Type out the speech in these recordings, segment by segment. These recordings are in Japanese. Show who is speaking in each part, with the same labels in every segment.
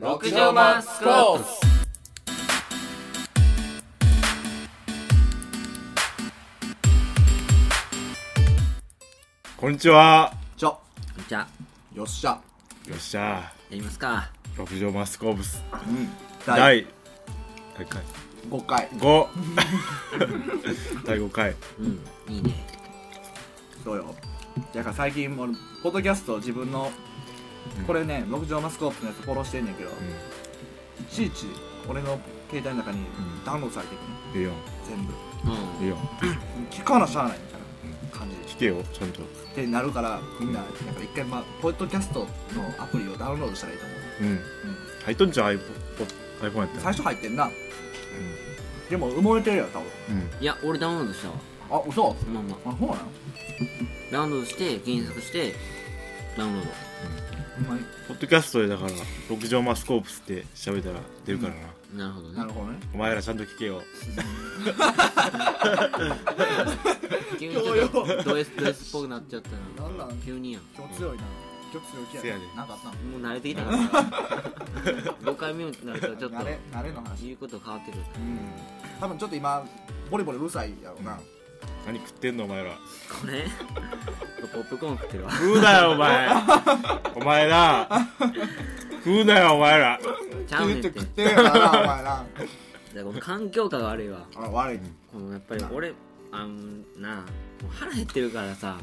Speaker 1: 極上マンスコース
Speaker 2: こんにちは
Speaker 3: ちょ
Speaker 1: じゃあ
Speaker 3: よっしゃ
Speaker 2: よっしゃ
Speaker 1: やりますか
Speaker 2: 極上マスコーブス
Speaker 3: うん
Speaker 2: 第第5回
Speaker 3: 5回
Speaker 2: 5 第5回
Speaker 1: うんいいね
Speaker 3: どうよだから最近俺ポッドキャスト自分の
Speaker 2: うん
Speaker 3: これね「六畳マスコープ」のやつフォローしてんねんけど、いちいち俺の携帯の中に
Speaker 2: ん
Speaker 3: ダウンロードされていくね
Speaker 2: いいよ
Speaker 3: 全部
Speaker 1: うん
Speaker 2: いいよ
Speaker 3: 聞かなしゃあないみたいな感じ
Speaker 2: 聞けよちゃんと
Speaker 3: ってなるからみんななんか一回、まあ、ポッドキャストのアプリをダウンロードしたらいいと思う、
Speaker 2: うん
Speaker 3: う
Speaker 2: 入っとんじゃん iPhone iPhone やった
Speaker 3: ん、
Speaker 2: ら
Speaker 3: 最初入ってんなでも埋もれてるやろ多分
Speaker 2: うん
Speaker 1: いや俺ダウンロードした
Speaker 3: あ
Speaker 1: わ
Speaker 3: 嘘
Speaker 1: そのまんま
Speaker 3: あそうなの
Speaker 1: ダウンロードして検索してダウンロード
Speaker 3: ほんまに
Speaker 2: ポッドキャストでだから極上マスコーブスって喋ったら出るからな
Speaker 1: なるほどね
Speaker 3: なるほどね
Speaker 2: お前らちゃんと聞けよ
Speaker 1: 急にちょっとド S ド S っぽくなっちゃった
Speaker 3: なんな
Speaker 1: なん急にやん
Speaker 3: 今日強いな今日強い気や,、
Speaker 2: せやで
Speaker 3: なんかあったの
Speaker 1: もう慣れてきたから5 回目になるとちょっと
Speaker 3: 慣れ慣れの話
Speaker 1: 言うこと変わってくる
Speaker 3: うん多分ちょっと今ボリボリうるさいやろうな、
Speaker 2: 何食ってんのお前ら
Speaker 1: これポップコーン食ってる わ
Speaker 2: 食うなよお 前お前な食うなよお前ら
Speaker 1: ちゃうねんって
Speaker 3: 食ってるやろなお前な
Speaker 1: だからこの環境下が悪いわ
Speaker 3: あ悪い
Speaker 1: このやっぱり俺あのなあもう腹減ってるからさ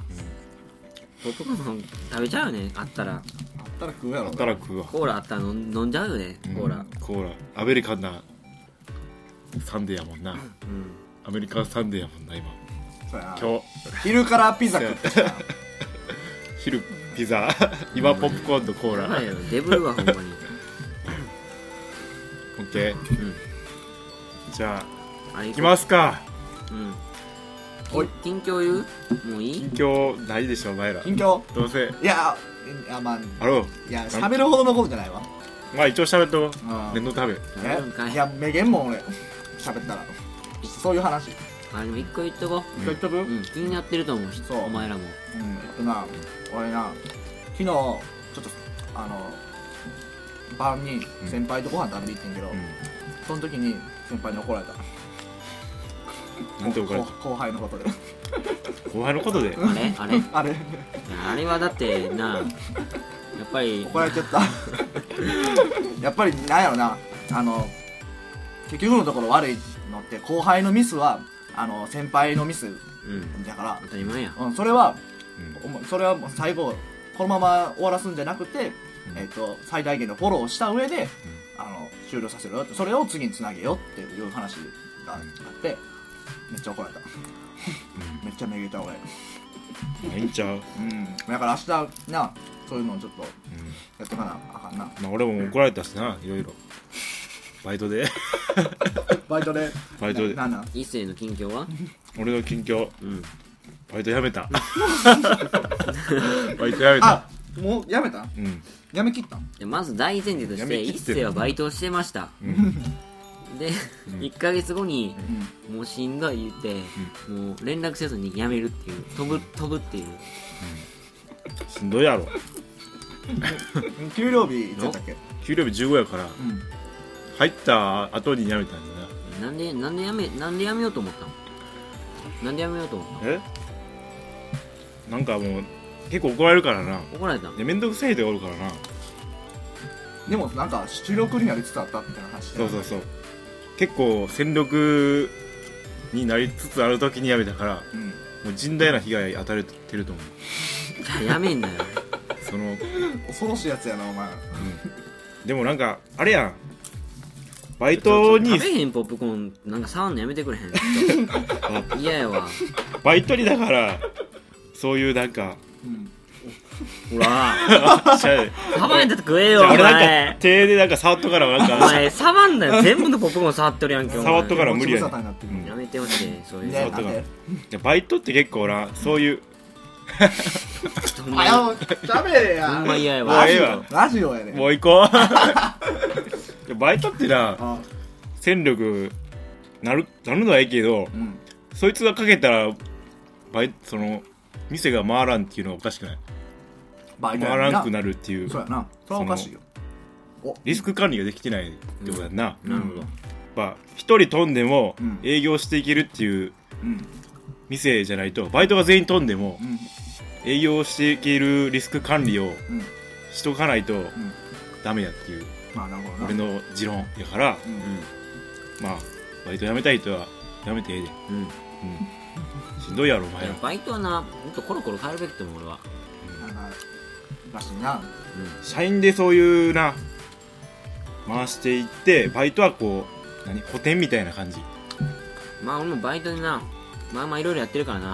Speaker 1: ポップコーン食べちゃうよねあったら
Speaker 3: あったら食うやろ
Speaker 2: あったら食うわ
Speaker 1: コーラあったら飲ん飲んじゃうよねコーラ
Speaker 2: コーラアメリカンなサンデーやもんな
Speaker 1: うん
Speaker 2: アメリカンサンデーやもんな今
Speaker 3: そうやな
Speaker 2: 今日
Speaker 3: 昼からピザ食ってたな
Speaker 2: 昼ピザ今ポップコーンとコー
Speaker 1: や
Speaker 2: ラ
Speaker 1: ばいよデブるわほんまに
Speaker 2: オッケー
Speaker 1: うん
Speaker 2: じゃあ
Speaker 1: あれ
Speaker 2: 行きますか
Speaker 1: うん
Speaker 3: おい
Speaker 1: 近況言うもういい
Speaker 2: 近況ないでしょお前ら
Speaker 3: 近況
Speaker 2: どうせ
Speaker 3: いやいやまあ
Speaker 2: あろう
Speaker 3: いや喋るほどのことじゃないわ
Speaker 2: まあ一応喋っとこ
Speaker 3: うん
Speaker 2: う念のため
Speaker 1: やるんかい
Speaker 3: いやめげんもん俺喋ったらそういう話一
Speaker 1: あでも一個言っとこ
Speaker 3: 回言っとくう
Speaker 1: う、うん、気になってると思うし
Speaker 3: そう
Speaker 1: お前らも
Speaker 3: うんえっとな俺な昨日ちょっとあの晩に先輩とご飯食べに行ってんけど、
Speaker 2: う
Speaker 3: その時に先輩に怒られた
Speaker 2: んなんて怒られ
Speaker 3: 後後輩のことで
Speaker 2: た後輩のことで
Speaker 1: あれあれ
Speaker 3: あれ
Speaker 1: あれはだってなあやっぱり
Speaker 3: 怒られちゃった やっぱりなんやろなあの結局のところ悪いのって後輩のミスはあの先輩のミス
Speaker 1: うん
Speaker 3: だか
Speaker 1: 当たり前や
Speaker 3: ら、うん、それは
Speaker 2: う
Speaker 3: お
Speaker 2: ん
Speaker 3: もそれはもう最後このまま終わらすんじゃなくて、えっと最大限のフォローをした上で、あの終了させるよってそれを次につなげようっていう話があって、めっちゃ怒られた めっちゃめげた俺
Speaker 2: ないんちゃう
Speaker 3: うんだから明日なそういうのをちょっとやっとかなあかんな
Speaker 2: まあ俺も怒られたしないろいろバイトで
Speaker 3: バイトで
Speaker 2: バイトで
Speaker 3: ななんなん
Speaker 1: 一世の近況は
Speaker 2: 俺の近況
Speaker 1: うん
Speaker 2: バイト辞めたバイト辞めた
Speaker 3: あもうやめた
Speaker 2: うん
Speaker 3: やめきったん
Speaker 1: でまず大前提と
Speaker 2: や
Speaker 1: して
Speaker 2: めき
Speaker 1: 一
Speaker 2: ってる
Speaker 1: 世はバイトをしてましたで、1ヶ月後に、もうしんどい言って、もう連絡せずに辞めるっていう飛ぶ飛ぶっていう
Speaker 2: しんどいやろ
Speaker 3: 給料日いつやったっけ
Speaker 2: 給料日15やから
Speaker 3: うん
Speaker 2: 入った後に辞めたんだな
Speaker 1: なんでなんでやめなんでやめようと思ったのなんでやめようと思っ
Speaker 2: えなんかもう結構怒られるからな
Speaker 1: たの怒られたの
Speaker 2: で面倒くせえ人がおるからな
Speaker 3: でもなんか出力になりつつあったって話
Speaker 2: そうそうそう結構戦力になりつつある時に辞めたから
Speaker 3: う、うん、
Speaker 2: もう甚大な被害与えてると思う
Speaker 1: いややめんだよ
Speaker 2: その
Speaker 3: 恐ろしいやつやなお前
Speaker 2: でもなんかあれやんバイトに
Speaker 1: 食べへんポップコーンなんか触んのやめてくれへん 嫌やわ
Speaker 2: バイトにだからそういうなんか
Speaker 3: うん
Speaker 1: ほ ら
Speaker 2: あしゃれ
Speaker 1: サバンだって食え
Speaker 2: じ
Speaker 1: よ
Speaker 2: ゃあ
Speaker 1: お
Speaker 2: 俺なん
Speaker 1: 前
Speaker 2: か手でなんか触っとからなん
Speaker 1: お
Speaker 2: か
Speaker 1: 前サバンだよ全部のポップコーン触っとるやんけお前
Speaker 2: 触っとから無理やね
Speaker 3: もうつぶさたになってる
Speaker 1: やめてほしいそういう
Speaker 3: ね
Speaker 2: 触
Speaker 1: の
Speaker 2: っとか
Speaker 3: なん
Speaker 2: ら
Speaker 3: で
Speaker 2: でバイトって結構なそういう
Speaker 1: ほんまに
Speaker 3: あや喋れや
Speaker 1: ほんま嫌や
Speaker 2: も
Speaker 1: わ
Speaker 2: うええわ
Speaker 3: ラジオやね
Speaker 2: もう行こうでバイトってな
Speaker 3: あ
Speaker 2: 戦力なるなるのはいいけど
Speaker 3: うん
Speaker 2: そいつがかけたらバイその店が回らんっていうのはおかしくない
Speaker 3: バイトや
Speaker 2: 回らん
Speaker 3: な
Speaker 2: くなるっていう
Speaker 3: そうやなそれはおかしいよお
Speaker 2: リスク管理ができてないってことやんな、
Speaker 1: うんなるほど
Speaker 2: まあ一人飛んでも
Speaker 3: うん
Speaker 2: 営業していけるっていう
Speaker 3: うん
Speaker 2: 店じゃないとバイトが全員飛んでも
Speaker 3: うん
Speaker 2: 営業していけるリスク管理を
Speaker 3: うん
Speaker 2: しとかないとダメやっていう
Speaker 3: まあなるほど
Speaker 2: 俺
Speaker 3: な
Speaker 2: の持論やから
Speaker 3: うん
Speaker 2: まあバイト辞めたい人は辞めてええで、
Speaker 1: うん、うん、
Speaker 2: うん、しんどいやろお前
Speaker 1: い
Speaker 2: ら
Speaker 1: やバイトはなもっとコロコロ変えるべきと思う俺は
Speaker 3: なんからしいな
Speaker 2: 社員でそういうな回していってバイトはこう何補填みたいな感じ
Speaker 1: うんまあ俺もバイトでなまあまあいろいろやってるからな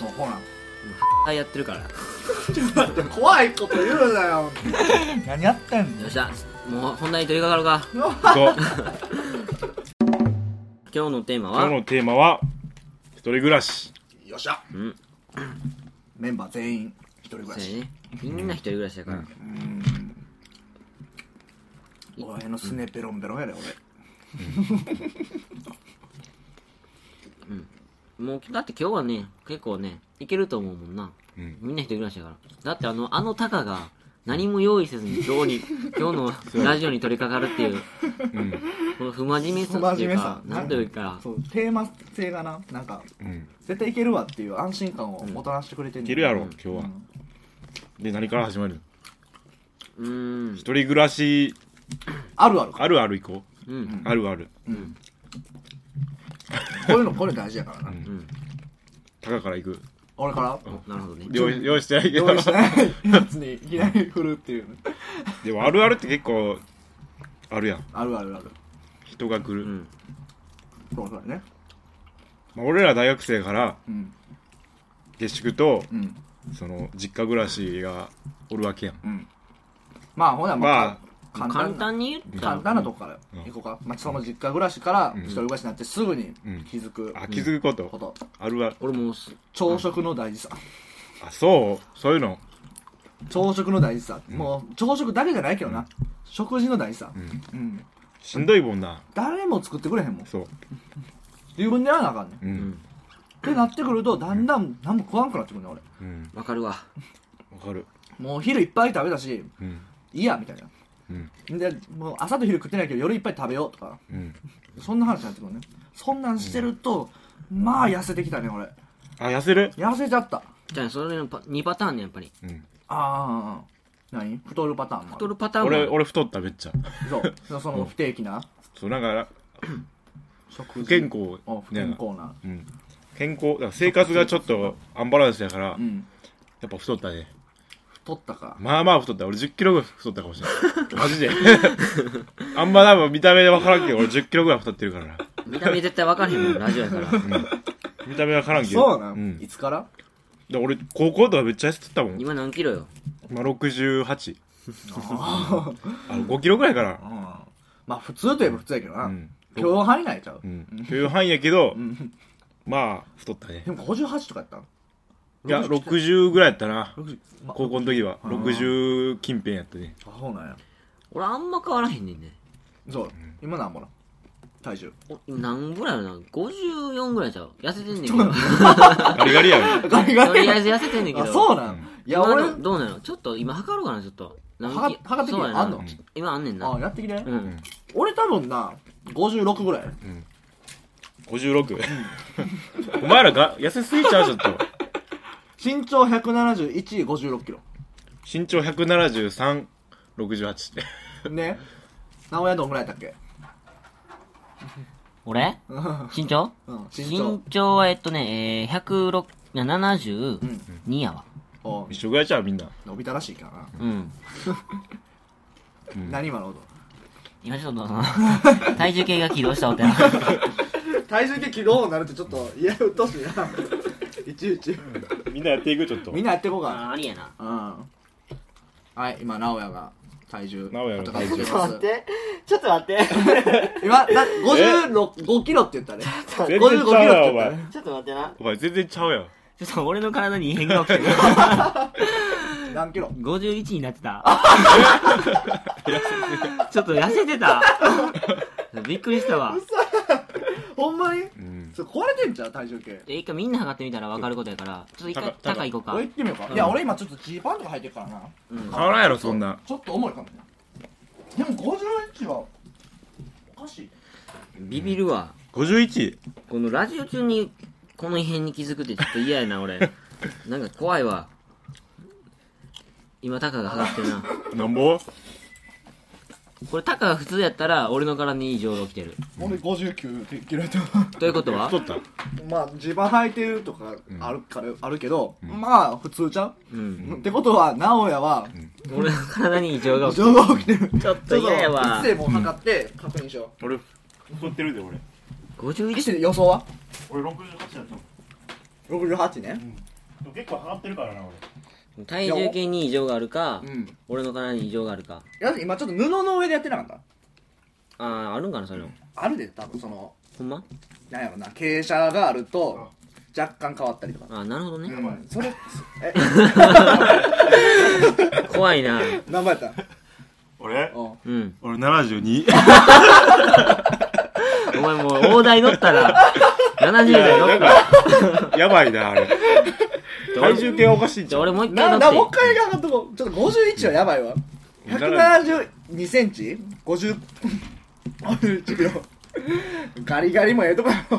Speaker 3: もうほら
Speaker 1: あやってるからよ
Speaker 3: 怖いこと言うなよ何やってんの
Speaker 1: っしゃもう本題に取り掛かろうか
Speaker 2: そう
Speaker 1: 今日のテーマ
Speaker 2: 今日
Speaker 1: は
Speaker 2: のテーマは一人暮らし
Speaker 3: よっしゃ
Speaker 1: うん
Speaker 3: メンバー全員一人暮ら
Speaker 1: そう
Speaker 3: し
Speaker 1: やねみんな一人暮らしだから、
Speaker 2: うん
Speaker 3: お前のすねベロンベロンやで俺
Speaker 1: もうだって今日はね結構ねいけると思うもんな
Speaker 2: うん
Speaker 1: みんな一人暮らしだからだってあのあのタカが何も用意せずに今日に今日のラジオに取り掛かるっていう
Speaker 2: うん
Speaker 1: この不真面目
Speaker 3: 不
Speaker 1: さって
Speaker 3: 真面
Speaker 1: いう
Speaker 3: 目
Speaker 1: か
Speaker 3: さ
Speaker 1: なんというか
Speaker 3: そうテーマ性がななんか
Speaker 2: うん
Speaker 3: 絶対いけるわっていう安心感をもたらしてくれてる
Speaker 2: いけるやろ
Speaker 1: うん
Speaker 2: 今日はで何から始まる
Speaker 1: うーん
Speaker 2: 一人暮らし
Speaker 3: あるある
Speaker 2: あるある行こ
Speaker 1: う
Speaker 2: うんあるある
Speaker 3: うんこういうのこういうの大事やからな
Speaker 1: うん
Speaker 2: タカから行く
Speaker 3: 俺から
Speaker 1: なるほどね
Speaker 2: 用意用意してないけど
Speaker 3: 用意してないやつにいきなり振るっていう
Speaker 2: でもあるあるって結構あるやん
Speaker 3: あるあるある
Speaker 2: 人が来る、
Speaker 1: うん
Speaker 3: そうそうだね
Speaker 2: まあ、俺ら大学生から
Speaker 3: うん
Speaker 2: 下宿と
Speaker 3: うん
Speaker 2: その実家暮らしがおるわけやん
Speaker 3: うんまあほな
Speaker 2: ま
Speaker 3: まあ簡
Speaker 1: 簡
Speaker 3: 単な
Speaker 1: 単に言ったら
Speaker 3: 簡単なとこから
Speaker 2: うん
Speaker 3: 行こうかまあその実家暮らしから
Speaker 2: うん
Speaker 3: 一人暮らしになってすぐに
Speaker 2: うん
Speaker 3: 気づく
Speaker 2: あ気づくこと、
Speaker 3: こと
Speaker 2: あるわ
Speaker 1: 俺もうす
Speaker 3: 朝食の大事さ
Speaker 2: あそうそういうの
Speaker 3: 朝食の大事さもう朝食だけじゃないけどな食事の大事さ
Speaker 2: ん
Speaker 3: うん
Speaker 2: しんどいもんな
Speaker 3: 誰も作ってくれへんもん
Speaker 2: そう
Speaker 3: 自分でやらなあかんねんっ
Speaker 2: うん
Speaker 3: てなってくるとだんだん何も食わんくなってくるねん俺
Speaker 2: うん
Speaker 1: わかるわ
Speaker 2: わかる
Speaker 3: もう昼いっぱい食べたし
Speaker 2: うん
Speaker 3: いいやみたいな
Speaker 2: うん
Speaker 3: でもう朝と昼食ってないけど夜いっぱい食べようとか
Speaker 2: うん
Speaker 3: そんな話になってくるねそんなんしてると、まあ痩せてきたね俺
Speaker 2: あ痩せる
Speaker 3: 痩せちゃった
Speaker 1: じゃあそれのパ2パターンねやっぱり
Speaker 2: うん
Speaker 3: ああ何太るパターンもあ
Speaker 1: 太
Speaker 3: る
Speaker 1: るパターンもあ
Speaker 2: 俺
Speaker 1: る
Speaker 2: 俺太っためっちゃ
Speaker 3: そうそその不定期な
Speaker 2: そうなんか
Speaker 3: 食
Speaker 2: 不
Speaker 3: 事
Speaker 2: 健康
Speaker 3: お不健康な、
Speaker 2: うん健康だから生活がちょっとアンバランスやからや
Speaker 3: うん
Speaker 2: っぱ太ったね
Speaker 3: 太ったか
Speaker 2: まあまあ太った俺1 0キロぐらい太ったかもしれない マジであんま多分見た目で分からんけど俺1 0キロぐらい太ってるからな
Speaker 1: 見た目絶対わかんへんもんラジオやから
Speaker 2: 見た目は分からんけど
Speaker 3: そうなん、
Speaker 2: ん、
Speaker 3: いつから
Speaker 2: で俺高校とかめっちゃ痩せてたもん
Speaker 1: 今何キロよ
Speaker 2: まあ、68
Speaker 3: あ
Speaker 2: あ5キロぐらいかな
Speaker 3: あ、うん、まあ普通といえば普通やけどな、
Speaker 2: うん
Speaker 3: 今日入んないちゃう、
Speaker 2: うんという範囲やけど、
Speaker 3: ん
Speaker 2: まあ太ったね
Speaker 3: でも58とかやった
Speaker 2: いや60ぐらいやったな
Speaker 3: 60ま
Speaker 2: 高校の時は
Speaker 3: ー
Speaker 2: 60近辺やったね
Speaker 3: あそうなんや
Speaker 1: 俺あんま変わらへんねんね
Speaker 3: そう、今なんぼな体 重
Speaker 1: お今何ぐらいやろな54ぐらいちゃう痩せてんねんけど
Speaker 2: ガリガリやろ
Speaker 3: ガリ
Speaker 1: とりあえず痩せてんねんけ
Speaker 3: あ
Speaker 1: ど
Speaker 3: そうなん、いや
Speaker 1: 今
Speaker 3: 俺
Speaker 1: どどうなのちょっと今測ろうかなちょっと何
Speaker 3: 測
Speaker 1: キ
Speaker 3: 測ってきて
Speaker 1: そうやな
Speaker 3: あんの
Speaker 1: う今あんねん
Speaker 3: あ
Speaker 1: な
Speaker 3: やってきて、
Speaker 1: うん、
Speaker 3: 俺多分な56ぐらい
Speaker 2: 56お前らが痩せすぎちゃうちょっと
Speaker 3: 身長171、56キロ。
Speaker 2: 身長17368って
Speaker 3: ね。 名古屋どんぐらいだったっけ
Speaker 1: 俺身長
Speaker 3: うん、身
Speaker 1: 身
Speaker 3: 長。
Speaker 1: 長はえっとね、えー、172やわ
Speaker 3: お
Speaker 2: 一緒ぐらいちゃうみんな
Speaker 3: 伸びたらしいからな。
Speaker 1: うん
Speaker 3: 何今の音
Speaker 1: 今ちょっとそ の体重計が起動した音や
Speaker 3: 体重計起動になるってちょっと、いや、うっとうし いな。いちいち。
Speaker 2: みんなやっていくちょっと
Speaker 3: みんなやっていこうか。
Speaker 1: あありやな
Speaker 3: うん。はい、今、名古屋が体重。
Speaker 2: 名古屋が体重
Speaker 3: 戦ってます
Speaker 1: てちょっと待って
Speaker 3: 今、な56 5キロって言ったね。
Speaker 2: 全然
Speaker 3: 55キロっ
Speaker 2: ちゃうや
Speaker 3: て言った
Speaker 2: んお前
Speaker 3: ね。
Speaker 1: ちょっと待ってな
Speaker 2: お前全然ちゃうや
Speaker 1: ち
Speaker 2: ん
Speaker 1: ょっと俺の体に異変が起きてる
Speaker 3: 何キロ
Speaker 1: 51になって たちょっと痩せ てたびっくりしたわ
Speaker 3: ほんまに
Speaker 2: うん
Speaker 3: それ壊れてんじゃん、体重計。
Speaker 1: え一回みんな測ってみたら分かることやからちょっと一回
Speaker 2: 高
Speaker 1: 高いこうか
Speaker 3: 俺行ってみようか。いや、俺今ちょっとジーパンとか履いてるからな。
Speaker 1: うん
Speaker 2: 変わらんやろそんな
Speaker 3: ちょっと重いかもね。でも51はおかしい
Speaker 1: ビビるわ。
Speaker 2: 51
Speaker 1: このラジオ中にこの異変に気づくってちょっと嫌やな、俺。なんか怖いわ。今、タカが測ってるな。
Speaker 2: なんぼ
Speaker 1: これ、タカが普通やったら、俺の体に異常が起きてる。
Speaker 3: 俺59できると
Speaker 1: ということは
Speaker 2: 太った
Speaker 3: まあ地場履いてるとかあるから、あるけど、まあ普通じゃん、
Speaker 1: うん。
Speaker 3: ってことは直哉は
Speaker 1: 俺の体に異常が起きて
Speaker 3: 情報起きてる
Speaker 1: る。ちょっと嫌やわ
Speaker 3: 一。世も測って確認しよ
Speaker 2: 俺太ってるで俺
Speaker 3: う、一
Speaker 1: 51
Speaker 3: 世予想は
Speaker 4: 俺68だと思
Speaker 3: 68ね
Speaker 4: う結構上がってるからな俺
Speaker 1: 体重計に異常があるか
Speaker 3: う、ん
Speaker 1: 俺の体に異常があるか。
Speaker 3: いや今ちょっと布の上でやってなかった
Speaker 1: あー、あるんかな、それも。
Speaker 3: あるで多分その
Speaker 1: ほんま
Speaker 3: なんやろな傾斜があると若干変わったりとか、
Speaker 1: あー、なるほどね。
Speaker 3: うん、それえ
Speaker 1: 怖いな。
Speaker 3: 何番やった
Speaker 2: 俺
Speaker 3: うん
Speaker 1: うん。
Speaker 2: 俺72
Speaker 1: お前もう大台乗ったら、70台乗ったら。
Speaker 2: やばいなあれ体重計がおかしいん
Speaker 1: じ
Speaker 2: じ
Speaker 1: ゃ
Speaker 2: ゃ
Speaker 1: あ
Speaker 2: ん
Speaker 1: 俺もう一
Speaker 3: な
Speaker 1: 回
Speaker 3: なもう
Speaker 1: 乗っ
Speaker 3: 一
Speaker 1: て
Speaker 3: 回が上がっとこうちょっと51はやばいわ172センチ50 51キロガリガリもええとこやろ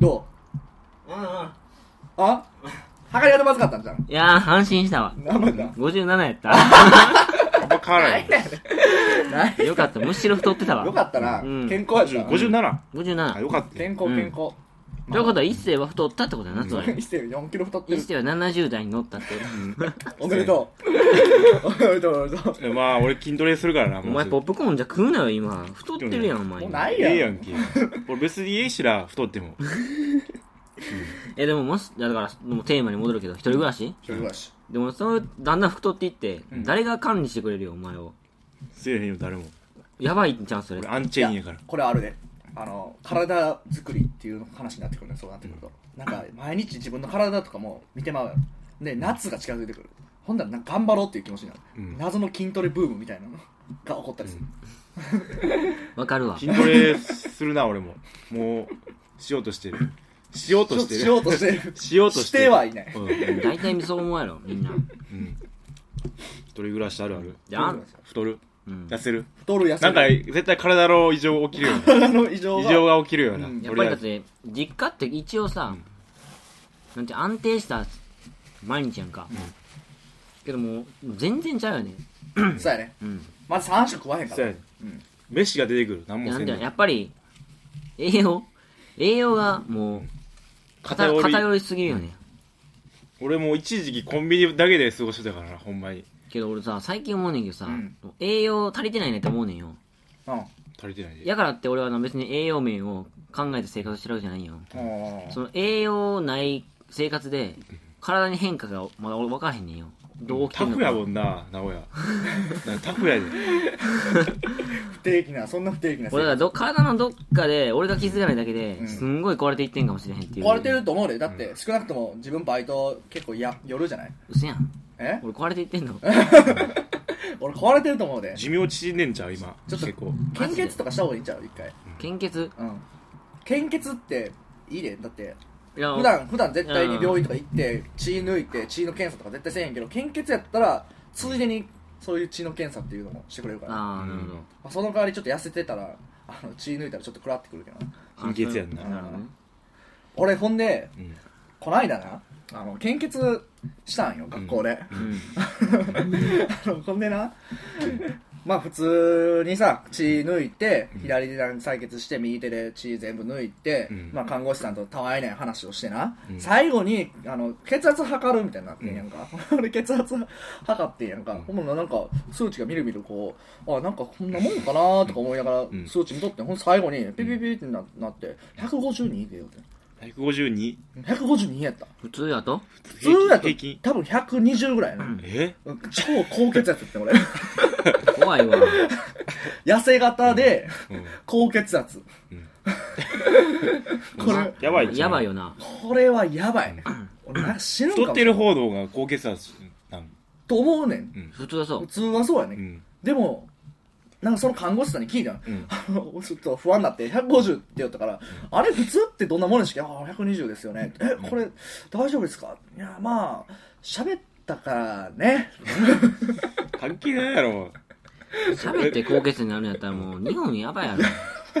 Speaker 3: どうあ測り方まずかったんじゃん
Speaker 1: いやー、安心したわ。
Speaker 3: 何番だ
Speaker 1: 57 やった。
Speaker 2: あんま変わらない
Speaker 1: よかった。むしろ太ってたわ。
Speaker 3: よかったな、
Speaker 1: うん
Speaker 3: 健康やったな
Speaker 2: 57
Speaker 1: 57
Speaker 2: あ。よかった
Speaker 3: 健康
Speaker 1: うん
Speaker 3: 健康、
Speaker 1: ということは、一世は太ったってことやな、つまり。
Speaker 3: 一世4キロ太って
Speaker 1: 一
Speaker 3: る
Speaker 1: 世は70代に乗ったってこと。
Speaker 3: おめでと うおめでとうおめでとう
Speaker 2: えまあ俺筋トレするからな
Speaker 1: お前、ポップコーンじゃ食うなよ、今。太ってるやん、お前
Speaker 3: もう。ないやん
Speaker 2: ええやんけ俺別にええしら太っても
Speaker 1: え、でも、もし、だから、もうテーマに戻るけど、一人暮らし
Speaker 3: 一人暮らし
Speaker 1: でも、その、だんだん太っていって、誰が管理してくれるよ、お前を。
Speaker 2: せえへんよ誰も
Speaker 1: やばいんちゃうん、それ
Speaker 2: 俺。アンチェインやから
Speaker 3: いこれあるであの体作りっていう話になってくるねそうなってくると、なんか毎日自分の体とかも見てまうやろで夏が近づいてくるほんならなんか頑張ろうっていう気持ちになる、
Speaker 2: うん
Speaker 3: 謎の筋トレブームみたいなのが起こったりする、
Speaker 1: わかるわ。
Speaker 2: 筋トレするな俺ももうしようとしてるしようとしてる
Speaker 3: しようとしてる
Speaker 2: しようとしてる
Speaker 3: してはいない
Speaker 2: うんうん
Speaker 1: 大体そう思うやろ、みんな。
Speaker 2: うん一人暮らしあるある
Speaker 1: じゃあ、
Speaker 2: 太る
Speaker 1: うん。
Speaker 2: 痩せる
Speaker 3: 太る痩せ
Speaker 2: なんか
Speaker 3: る
Speaker 2: 絶対体の異常起きるよな
Speaker 3: 体の異常
Speaker 2: 異
Speaker 3: が
Speaker 2: 常が起きるよな
Speaker 3: うん
Speaker 1: やっ
Speaker 2: 俺
Speaker 1: ぱりだ
Speaker 2: ら
Speaker 1: って実家って一応さ、なんて安定した毎日やんか、けどもう全然ちゃうよね
Speaker 3: そうやね
Speaker 1: うん
Speaker 3: まず3食食わへんか
Speaker 2: そう
Speaker 3: ら
Speaker 2: やね飯が出てくる何も
Speaker 1: な
Speaker 2: せ
Speaker 1: ん
Speaker 2: ん
Speaker 1: だ
Speaker 2: で
Speaker 1: よやっぱり栄養栄養がもう偏
Speaker 2: 偏り
Speaker 1: 偏りすぎるよね、
Speaker 2: 俺もう一時期コンビニだけで過ごしてたからなほんまに
Speaker 1: けど俺さ最近思うねんけどさ、
Speaker 3: うん
Speaker 1: 栄養足りてないねって思うねんよ
Speaker 3: うん
Speaker 2: 足りてないで
Speaker 1: やからって俺はな別に栄養面を考えて生活してるわけじゃないよ
Speaker 3: うん
Speaker 1: その栄養ない生活で体に変化がまだ俺分からへんねんよどう起きて
Speaker 2: タ
Speaker 1: んの
Speaker 2: フ
Speaker 1: か
Speaker 2: やもんな名古屋なんかタフやで
Speaker 3: 不定期なそんな不定期な生活
Speaker 1: 俺がど体のどっかで俺が気づかないだけで、
Speaker 3: ん
Speaker 1: すんごい壊れていってんかもしれへんっていう
Speaker 3: 壊れてると思うでだって少なくとも自分バイト結構や夜じゃないう
Speaker 1: せやん
Speaker 3: え
Speaker 1: 俺壊れていって んの
Speaker 3: 俺壊れてると思うで
Speaker 2: 寿命縮んでんちゃう今
Speaker 3: ちょっと
Speaker 2: 結構
Speaker 3: 献血とかした方がいいんちゃう一回
Speaker 1: 献血
Speaker 3: うん献血っていいでだって
Speaker 1: いや
Speaker 3: 普段普段絶対に病院とか行って血抜いて血の検査とか絶対せえへんけど献血やったらついでにそういう血の検査っていうのもしてくれるからま
Speaker 1: ああなるほど、
Speaker 3: あ、その代わりちょっと痩せてたらあの血抜いたらちょっと食らってくるけどな
Speaker 1: あ
Speaker 2: 貧血やんな
Speaker 1: そうなるほどね
Speaker 3: 俺ほんで
Speaker 2: うん
Speaker 3: こないだなあの献血したんよ学校で、
Speaker 1: うん
Speaker 3: あのほんでなまあ普通にさ血抜いて左手で採血して右手で血全部抜いて、
Speaker 2: うん
Speaker 3: まあ、看護師さんとたわいない話をしてな、
Speaker 2: うん
Speaker 3: 最後にあの血圧測るみたいになってんやんか、 俺血圧測ってんやんか、ほんならなんか数値がみるみるこうあなんかこんなもんかなとか思いながら
Speaker 2: ん
Speaker 3: 数値見とって、ほんで最後にピピピってななって152でよって
Speaker 2: 152
Speaker 3: 152やった
Speaker 1: 普通やと
Speaker 2: 普
Speaker 3: 普通やと
Speaker 2: 平均
Speaker 3: 多分120ぐらいやな、
Speaker 2: え
Speaker 3: 超高血圧やってん俺
Speaker 1: 怖いわ
Speaker 3: 痩せ型で、
Speaker 2: うん
Speaker 3: 高血圧、これ
Speaker 2: やばいんちゃ
Speaker 1: や
Speaker 2: う
Speaker 1: ばいよな
Speaker 3: これはやばいね俺なんか死ぬんか
Speaker 2: 太っ
Speaker 3: も
Speaker 2: てる方の方が高血圧なん
Speaker 3: と思うねん
Speaker 1: 普通はそ
Speaker 3: 普
Speaker 1: う
Speaker 3: 通はそうやね、
Speaker 2: うんん
Speaker 3: でもなんかその看護師さんに聞いたの
Speaker 2: うん
Speaker 3: 俺ちょっと不安になって150って言ったから、あれ普通ってどんなものにしかああ120ですよねえこれ大丈夫ですかいやまあ喋ったからね
Speaker 2: 関係ないやろ
Speaker 1: 喋って高血になるんやったらもう日本やばいやろ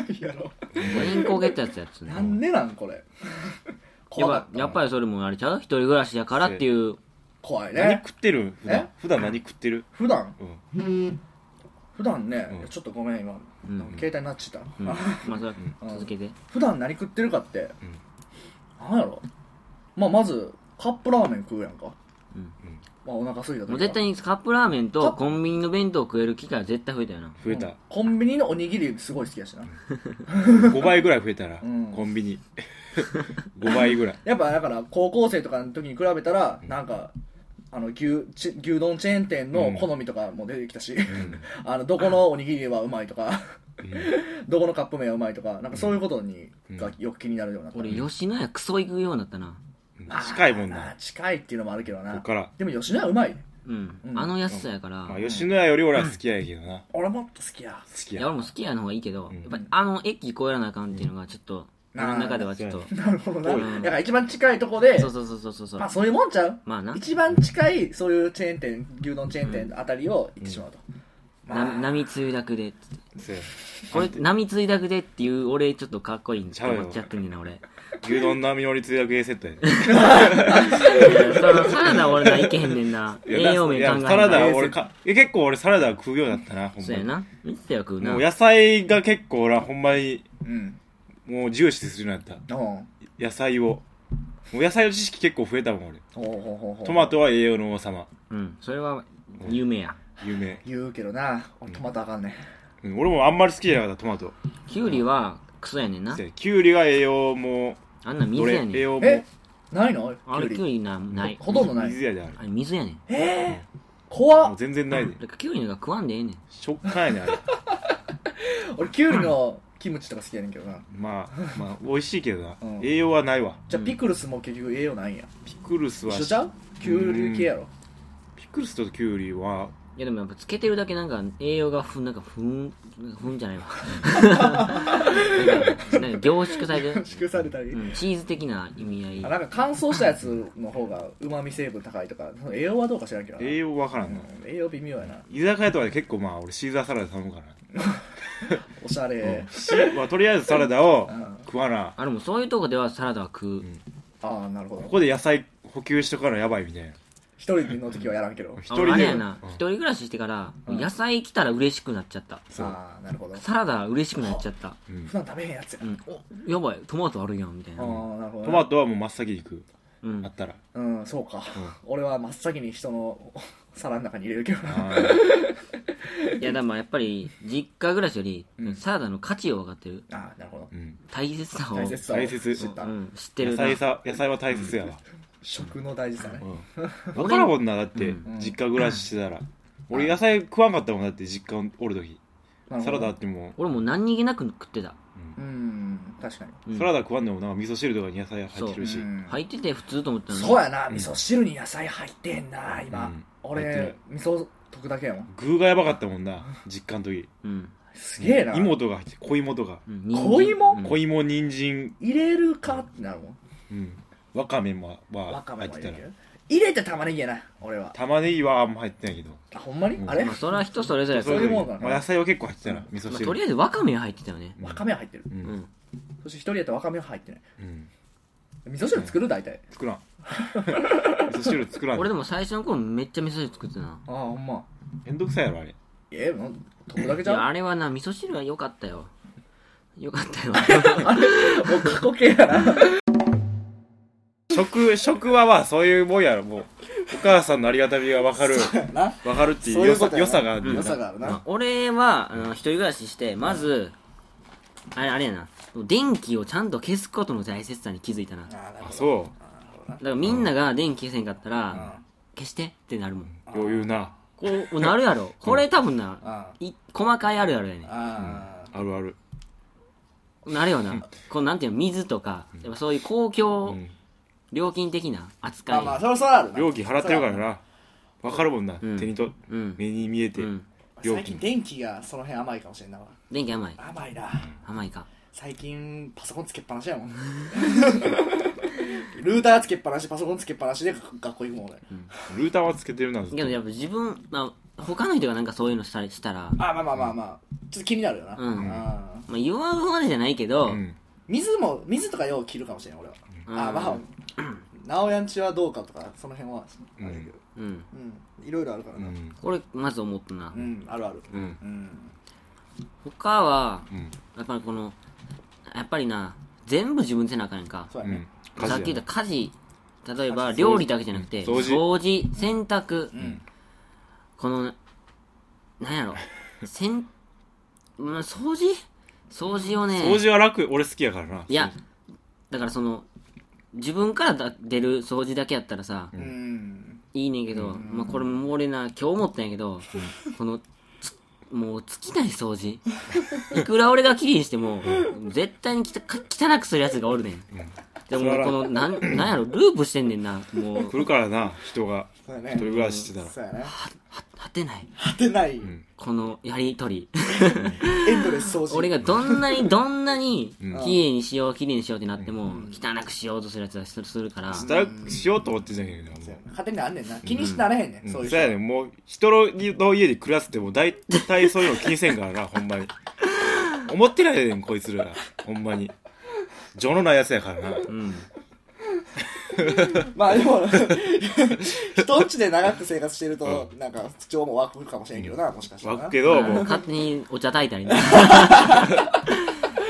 Speaker 3: やろ
Speaker 1: 全員高血圧やつな
Speaker 3: なんでなんこれ
Speaker 1: やっ
Speaker 3: 怖か
Speaker 1: ぱ
Speaker 3: った
Speaker 1: やっぱりそれもあれちゃう一人暮らしやからっていう
Speaker 3: 怖い
Speaker 2: 何
Speaker 3: ね
Speaker 2: 食ってる普段
Speaker 3: え
Speaker 2: 普段何食ってる
Speaker 3: 普段
Speaker 2: うん
Speaker 3: 普段ね、
Speaker 2: うん
Speaker 3: ちょっとごめん今、
Speaker 1: うん
Speaker 3: 携帯なっちゃった、
Speaker 1: うんまあそれは続けて
Speaker 3: 普段何食ってるかって、
Speaker 2: うん
Speaker 3: なんやろまあまずカップラーメン食うやんか、
Speaker 1: うん
Speaker 3: まあお腹空いた時
Speaker 1: も
Speaker 3: は
Speaker 1: う絶対にカップラーメンとコンビニの弁当食える機会は絶対増えたよな
Speaker 2: 増えた、
Speaker 3: うんコンビニのおにぎりすごい好きやしな
Speaker 2: 5倍ぐらい増えたら、
Speaker 3: うん
Speaker 2: コンビニ 5 倍ぐらい
Speaker 3: やっぱだから高校生とかの時に比べたらなんかあの牛ち牛丼チェーン店の好みとかも出てきたし、 あのどこのおにぎりはうまいとか、 どこのカップ麺はうまいとかなんかそういうことに、がよく気になるようになった
Speaker 1: 俺吉野家クソ行くようになったな
Speaker 3: まあ
Speaker 2: 近いもん
Speaker 3: まあ
Speaker 2: な
Speaker 3: 近いっていうのもあるけど
Speaker 2: こ
Speaker 3: な
Speaker 2: っから
Speaker 3: でも吉野家うまい
Speaker 1: うん
Speaker 3: うん
Speaker 1: あの安さやから
Speaker 2: まあ吉野家より俺は好きやけどな
Speaker 3: 俺もっと好きや
Speaker 2: 好き
Speaker 1: い
Speaker 2: や
Speaker 1: や俺も好きやの方がいいけど
Speaker 2: うん
Speaker 1: やっぱりあの駅越えらなあかんっていうのがちょっと
Speaker 3: うん
Speaker 1: 俺の中ではちょっと
Speaker 3: なるほどな
Speaker 1: うん
Speaker 3: だから一番近いとこで
Speaker 1: そうそうそうそうそう
Speaker 3: まあそういうもんちゃう
Speaker 1: まあな
Speaker 3: 一番近いそういうチェーン店牛丼チェーン店あたりを行ってしまうと、
Speaker 1: な波つゆだくでって
Speaker 2: そうや
Speaker 1: これ波ついだくでっていう俺ちょっとかっこいいん
Speaker 2: ち
Speaker 1: ち
Speaker 2: ゃ
Speaker 1: ゃ
Speaker 2: う
Speaker 1: う
Speaker 2: よ
Speaker 1: 思っちゃってんねんな俺
Speaker 2: 牛丼並みのり通訳 A セットやで
Speaker 1: そのサラダ俺ないけへんねんない
Speaker 2: や
Speaker 1: 栄養面考えへん
Speaker 2: いや
Speaker 1: か
Speaker 2: サラダは
Speaker 1: ら
Speaker 2: 俺かいや結構俺サラダは食うようになったなほん
Speaker 1: そう
Speaker 2: ま
Speaker 1: や
Speaker 2: に
Speaker 1: な見てたよ食うな
Speaker 2: もう野菜が結構俺はほんまに
Speaker 3: うん
Speaker 2: もう重視するようになった
Speaker 3: おう
Speaker 2: 野菜をもう野菜の知識結構増えたもん俺
Speaker 3: ほうほうほうほう
Speaker 2: トマトは栄養の王様
Speaker 1: うんそれは有名や
Speaker 2: 有名、
Speaker 3: 言うけどな俺トマトあかんね
Speaker 2: うん、俺もあんまり好きじゃなかったトマト
Speaker 1: きゅうりはクソやねんな
Speaker 2: そうやきゅうりが栄養も
Speaker 1: あんな
Speaker 2: ど
Speaker 1: 水
Speaker 2: れ
Speaker 1: や
Speaker 2: 栄
Speaker 1: ねん
Speaker 2: 養
Speaker 3: え
Speaker 2: も
Speaker 3: ないの
Speaker 1: あれ
Speaker 3: キ
Speaker 1: き
Speaker 3: ュ
Speaker 1: ゅ
Speaker 3: ウ
Speaker 1: う
Speaker 3: リ
Speaker 1: りなない
Speaker 3: ほとんどない
Speaker 2: 水やであれ
Speaker 1: あれ水やねん
Speaker 3: えー、怖
Speaker 2: もう
Speaker 3: っ
Speaker 2: 全然ないで
Speaker 1: だからきゅうりなんか食わんでええねん
Speaker 2: 食感やねあれ
Speaker 3: 俺キュウリのキムチとか好きやねんけどな
Speaker 2: まあまあ美味しいけどな、
Speaker 3: うん
Speaker 2: 栄養はないわ
Speaker 3: じゃあ
Speaker 1: うん
Speaker 3: ピクルスも結局栄養ないんや
Speaker 2: ピクルスは
Speaker 3: 一緒ちゃうキュウリ系やろ
Speaker 2: ピクルスときゅうりはい
Speaker 1: やでもやっぱつけてるだけなんか栄養がふんなんかふんふんじゃないわなんかなんか凝縮され てる、
Speaker 3: 縮されたり、
Speaker 1: うん、チーズ的な意味合い
Speaker 3: あなんか乾燥したやつの方がうまみ成分高いとかその栄養はどうか知らんけどな
Speaker 2: 栄養わからんな、
Speaker 3: うん栄養微妙やな
Speaker 2: 居酒屋とかで結構まあ俺シーザーサラダ頼むからな、
Speaker 3: おしゃれ、
Speaker 2: しまあ、とりあえずサラダを
Speaker 3: うん
Speaker 2: 食わな
Speaker 1: あれもそういうとこではサラダは食う、
Speaker 2: ん
Speaker 3: ああなるほど
Speaker 2: ここで野菜補給しとかなやばいみたいな
Speaker 3: 一人の時はやらんけど
Speaker 2: 一
Speaker 1: あ
Speaker 2: 人
Speaker 1: あれ
Speaker 2: で
Speaker 1: やな、
Speaker 2: うん
Speaker 1: 一人暮らししてから、
Speaker 3: うん
Speaker 1: 野菜来たら嬉しくなっちゃった
Speaker 2: そう
Speaker 3: ああなるほど
Speaker 1: サラダ嬉しくなっちゃった、
Speaker 2: うん
Speaker 3: 普段食べへんやつや、
Speaker 1: うん、おやばいトマトあるやんみたいな、う
Speaker 3: ああなるほどな
Speaker 2: トマトはもう真っ先に食う、あ
Speaker 1: ん
Speaker 2: っ、たら
Speaker 3: うんそうか、俺は真っ先に人の 皿の中に入れるけど な
Speaker 2: あー
Speaker 1: いやでもやっぱり実家暮らしより、
Speaker 3: うん
Speaker 1: サラダの価値を分かってる
Speaker 3: ああなるほど
Speaker 2: うん
Speaker 1: 大切さを
Speaker 3: 大切さを
Speaker 2: 大切
Speaker 3: 知った、
Speaker 1: うん、知って
Speaker 2: 野
Speaker 1: るな
Speaker 2: 菜さ野菜は大切やわ、
Speaker 3: 食の大事さね、
Speaker 2: うん、分からんもんなだって、
Speaker 1: うん
Speaker 2: 実家暮らししてたら、俺野菜食わんかったもんだって実家おる時
Speaker 3: なる
Speaker 2: サ
Speaker 3: ほ
Speaker 2: ラ
Speaker 3: ど
Speaker 2: ダあっても、
Speaker 1: 俺もう何気なく食ってた、
Speaker 3: うん確かに
Speaker 1: うん
Speaker 2: サラダ食わんでもなんか味噌汁とかに野菜入ってるし、
Speaker 3: うん
Speaker 1: 入ってて普通と思ったのに
Speaker 3: そうやな味噌汁に野菜入ってんな今、
Speaker 2: うん入っ
Speaker 3: 俺
Speaker 2: てる
Speaker 3: 味噌溶くだけやもん
Speaker 2: 具がやばかったもんな実家の時
Speaker 1: うん、
Speaker 3: すげえな
Speaker 2: 妹が入って小芋とか、
Speaker 1: うん、 人参
Speaker 3: 小芋
Speaker 1: うん
Speaker 2: 小芋人参、
Speaker 3: 入れるかってなるもん
Speaker 2: うん、わかめも
Speaker 3: わ
Speaker 2: は
Speaker 3: かめ
Speaker 2: 入っ
Speaker 3: も
Speaker 2: て
Speaker 3: 入
Speaker 2: た
Speaker 3: れるけ
Speaker 2: ら
Speaker 3: ど入れて玉ねぎやな俺は
Speaker 2: 玉ねぎはあんま入ってないけど
Speaker 3: あほんまに、
Speaker 2: うん
Speaker 3: あれ
Speaker 1: まあそれは人それぞれやけ
Speaker 3: そう
Speaker 1: ど
Speaker 3: いうもんだな
Speaker 2: まあ、野菜は結構入ってたら味噌
Speaker 1: まあ、
Speaker 2: 汁、
Speaker 1: とりあえずわかめは入ってたよね
Speaker 3: わかめは入ってる、
Speaker 2: う、
Speaker 1: うんん
Speaker 3: そして一人やったらわかめは入ってない
Speaker 2: うん、
Speaker 3: 味噌汁作る大体
Speaker 2: 作らん 味噌汁作らん
Speaker 1: 俺でも最初の頃めっちゃ味噌汁作ってたな
Speaker 3: ああほんま
Speaker 2: めんどくさいやろあれ
Speaker 3: えー、なん溶くだけ
Speaker 1: い
Speaker 3: じゃん
Speaker 1: やあれはな味噌汁は良かったよ良かったよ
Speaker 3: もう過去形やな
Speaker 2: 食食はまあそういうもんやろもうお母さんのありがたみが分かる
Speaker 3: な
Speaker 2: 分かるってい
Speaker 3: そう
Speaker 2: う
Speaker 3: い
Speaker 2: 良
Speaker 3: うこ
Speaker 2: さ
Speaker 3: とやな
Speaker 2: 良さがある
Speaker 3: 良さがあるな、
Speaker 1: まあ俺はあの一人暮らししてまずあれあれやな電気をちゃんと消すことの大切さに気づいたなだか
Speaker 3: あなる
Speaker 2: あ
Speaker 3: ほど
Speaker 2: そ
Speaker 1: らみんなが電気消せんかったら消してってなるもん
Speaker 2: う余裕な
Speaker 1: こうなるや ろこれ多分な
Speaker 3: あ
Speaker 1: い細かいあるやろやね
Speaker 3: あ
Speaker 2: あるある
Speaker 1: なるよなこうなんていうの水とかやっぱそういう公共
Speaker 2: ん
Speaker 1: 料金的な
Speaker 3: ま
Speaker 1: 扱
Speaker 3: あまあ
Speaker 1: い
Speaker 3: そろそろあるな
Speaker 2: 料金払ってるからな分かるもんな、
Speaker 1: うん
Speaker 2: 手にと
Speaker 1: うん
Speaker 2: 目に見えて、
Speaker 1: うん
Speaker 2: 料
Speaker 3: 最近
Speaker 2: 金
Speaker 3: 電気がその辺甘いかもしれんないわ
Speaker 1: 電気甘い
Speaker 3: 甘いな
Speaker 1: 甘いか
Speaker 3: 最近パソコンつけっぱなしやもんルーターつけっぱなしパソコンつけっぱなしで学校行くもん俺
Speaker 2: ルーターはつけてるなずっと
Speaker 1: けどやっぱ自分、まあ、他の人がなんかそういうのしたりしたら、
Speaker 3: あまあまあまあまあちょっと気になるよな、
Speaker 1: うん
Speaker 3: あー
Speaker 1: まあ、弱うまでじゃないけど、
Speaker 2: うん
Speaker 3: 水も水とかよう切るかもしれない俺は、
Speaker 1: うん
Speaker 3: あーまあ直哉んちはどうかとかその辺は
Speaker 2: うん
Speaker 3: あれだけど
Speaker 1: うん、
Speaker 3: うんいろいろあるから
Speaker 2: う
Speaker 3: なうん、
Speaker 2: ん
Speaker 1: これまず思ったな、
Speaker 3: あるある
Speaker 1: うん、
Speaker 3: うん
Speaker 1: 他は
Speaker 2: うん
Speaker 1: やっぱりこのやっぱりな全部自分でせなあかんやんか
Speaker 3: そうや
Speaker 2: う
Speaker 3: ね
Speaker 2: ん
Speaker 1: さっき言った
Speaker 2: 家
Speaker 1: 家事例えば
Speaker 3: 家事
Speaker 1: 料理だけじゃなくて
Speaker 2: 掃
Speaker 1: 掃
Speaker 2: 除
Speaker 1: 除洗濯、
Speaker 3: うん
Speaker 1: このな んやろせん、うん、掃除掃除をね
Speaker 2: 事や掃除は楽俺好きやからない
Speaker 1: やだからその自分からだ出る掃除だけやったらさ、
Speaker 3: うん、
Speaker 1: いいねんけど、まあ、これも俺な今日思ったんやけど、このつもう尽きない掃除 いくら俺がきれいにしても、絶対にきたか汚くするやつがおるねん、で
Speaker 2: そ
Speaker 1: も
Speaker 2: ら
Speaker 1: このなんなんやろループしてんねんなもう
Speaker 2: 来るからな人が
Speaker 3: そうや
Speaker 2: 一人
Speaker 3: ね
Speaker 2: 暮らししてたら
Speaker 3: そうやね
Speaker 1: 果てない
Speaker 3: 果てない、
Speaker 2: ん
Speaker 1: このやりとり
Speaker 3: エンドレス掃除
Speaker 1: 俺がどんなにどんなに
Speaker 2: うん
Speaker 1: きれいにしようきれいにしようってなっても、汚くしようとするやつがするするから
Speaker 2: 働くしようと思ってんじゃんけどなもう
Speaker 3: そうやね勝手にあんねんな気にしてなれへんねん、
Speaker 2: うん
Speaker 3: そういう
Speaker 2: そうやねんもう人の家で暮らすってもう大 体そういうの気にせんからなほんまに思ってないねんこいつらほんまに情のないやつやからな
Speaker 1: うん
Speaker 3: まあでも 人んちで長く生活してると、なんか不調も湧くかもしれんけどなもしかしたら
Speaker 2: 湧
Speaker 3: な
Speaker 2: くけどもう
Speaker 1: 勝手にお茶炊いた りね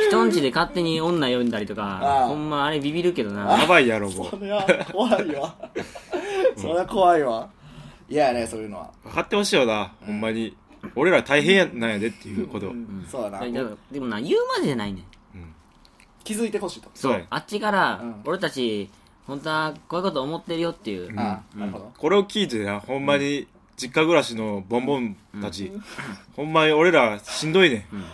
Speaker 1: 人んちで勝手に女呼んだりと
Speaker 3: あ
Speaker 1: か
Speaker 3: あ
Speaker 1: ほんまあれビビるけどな
Speaker 2: やばいやろも
Speaker 3: そうれは怖いわそれは怖いわ嫌やねそういうのは
Speaker 2: 分かってほしいよなほんまに俺ら大変やなんやでっていうこと
Speaker 3: うんそうだな
Speaker 1: だからでもな言うまでじゃないねん
Speaker 3: 気づいてほしいと
Speaker 2: そうやねん
Speaker 1: あっちから
Speaker 3: うん
Speaker 1: 俺たち本当はこういうこと思ってるよっていう、
Speaker 3: ああなるほど
Speaker 2: これを聞いてなほんまに実家暮らしのボンボンたちほんまに俺らしんどいねん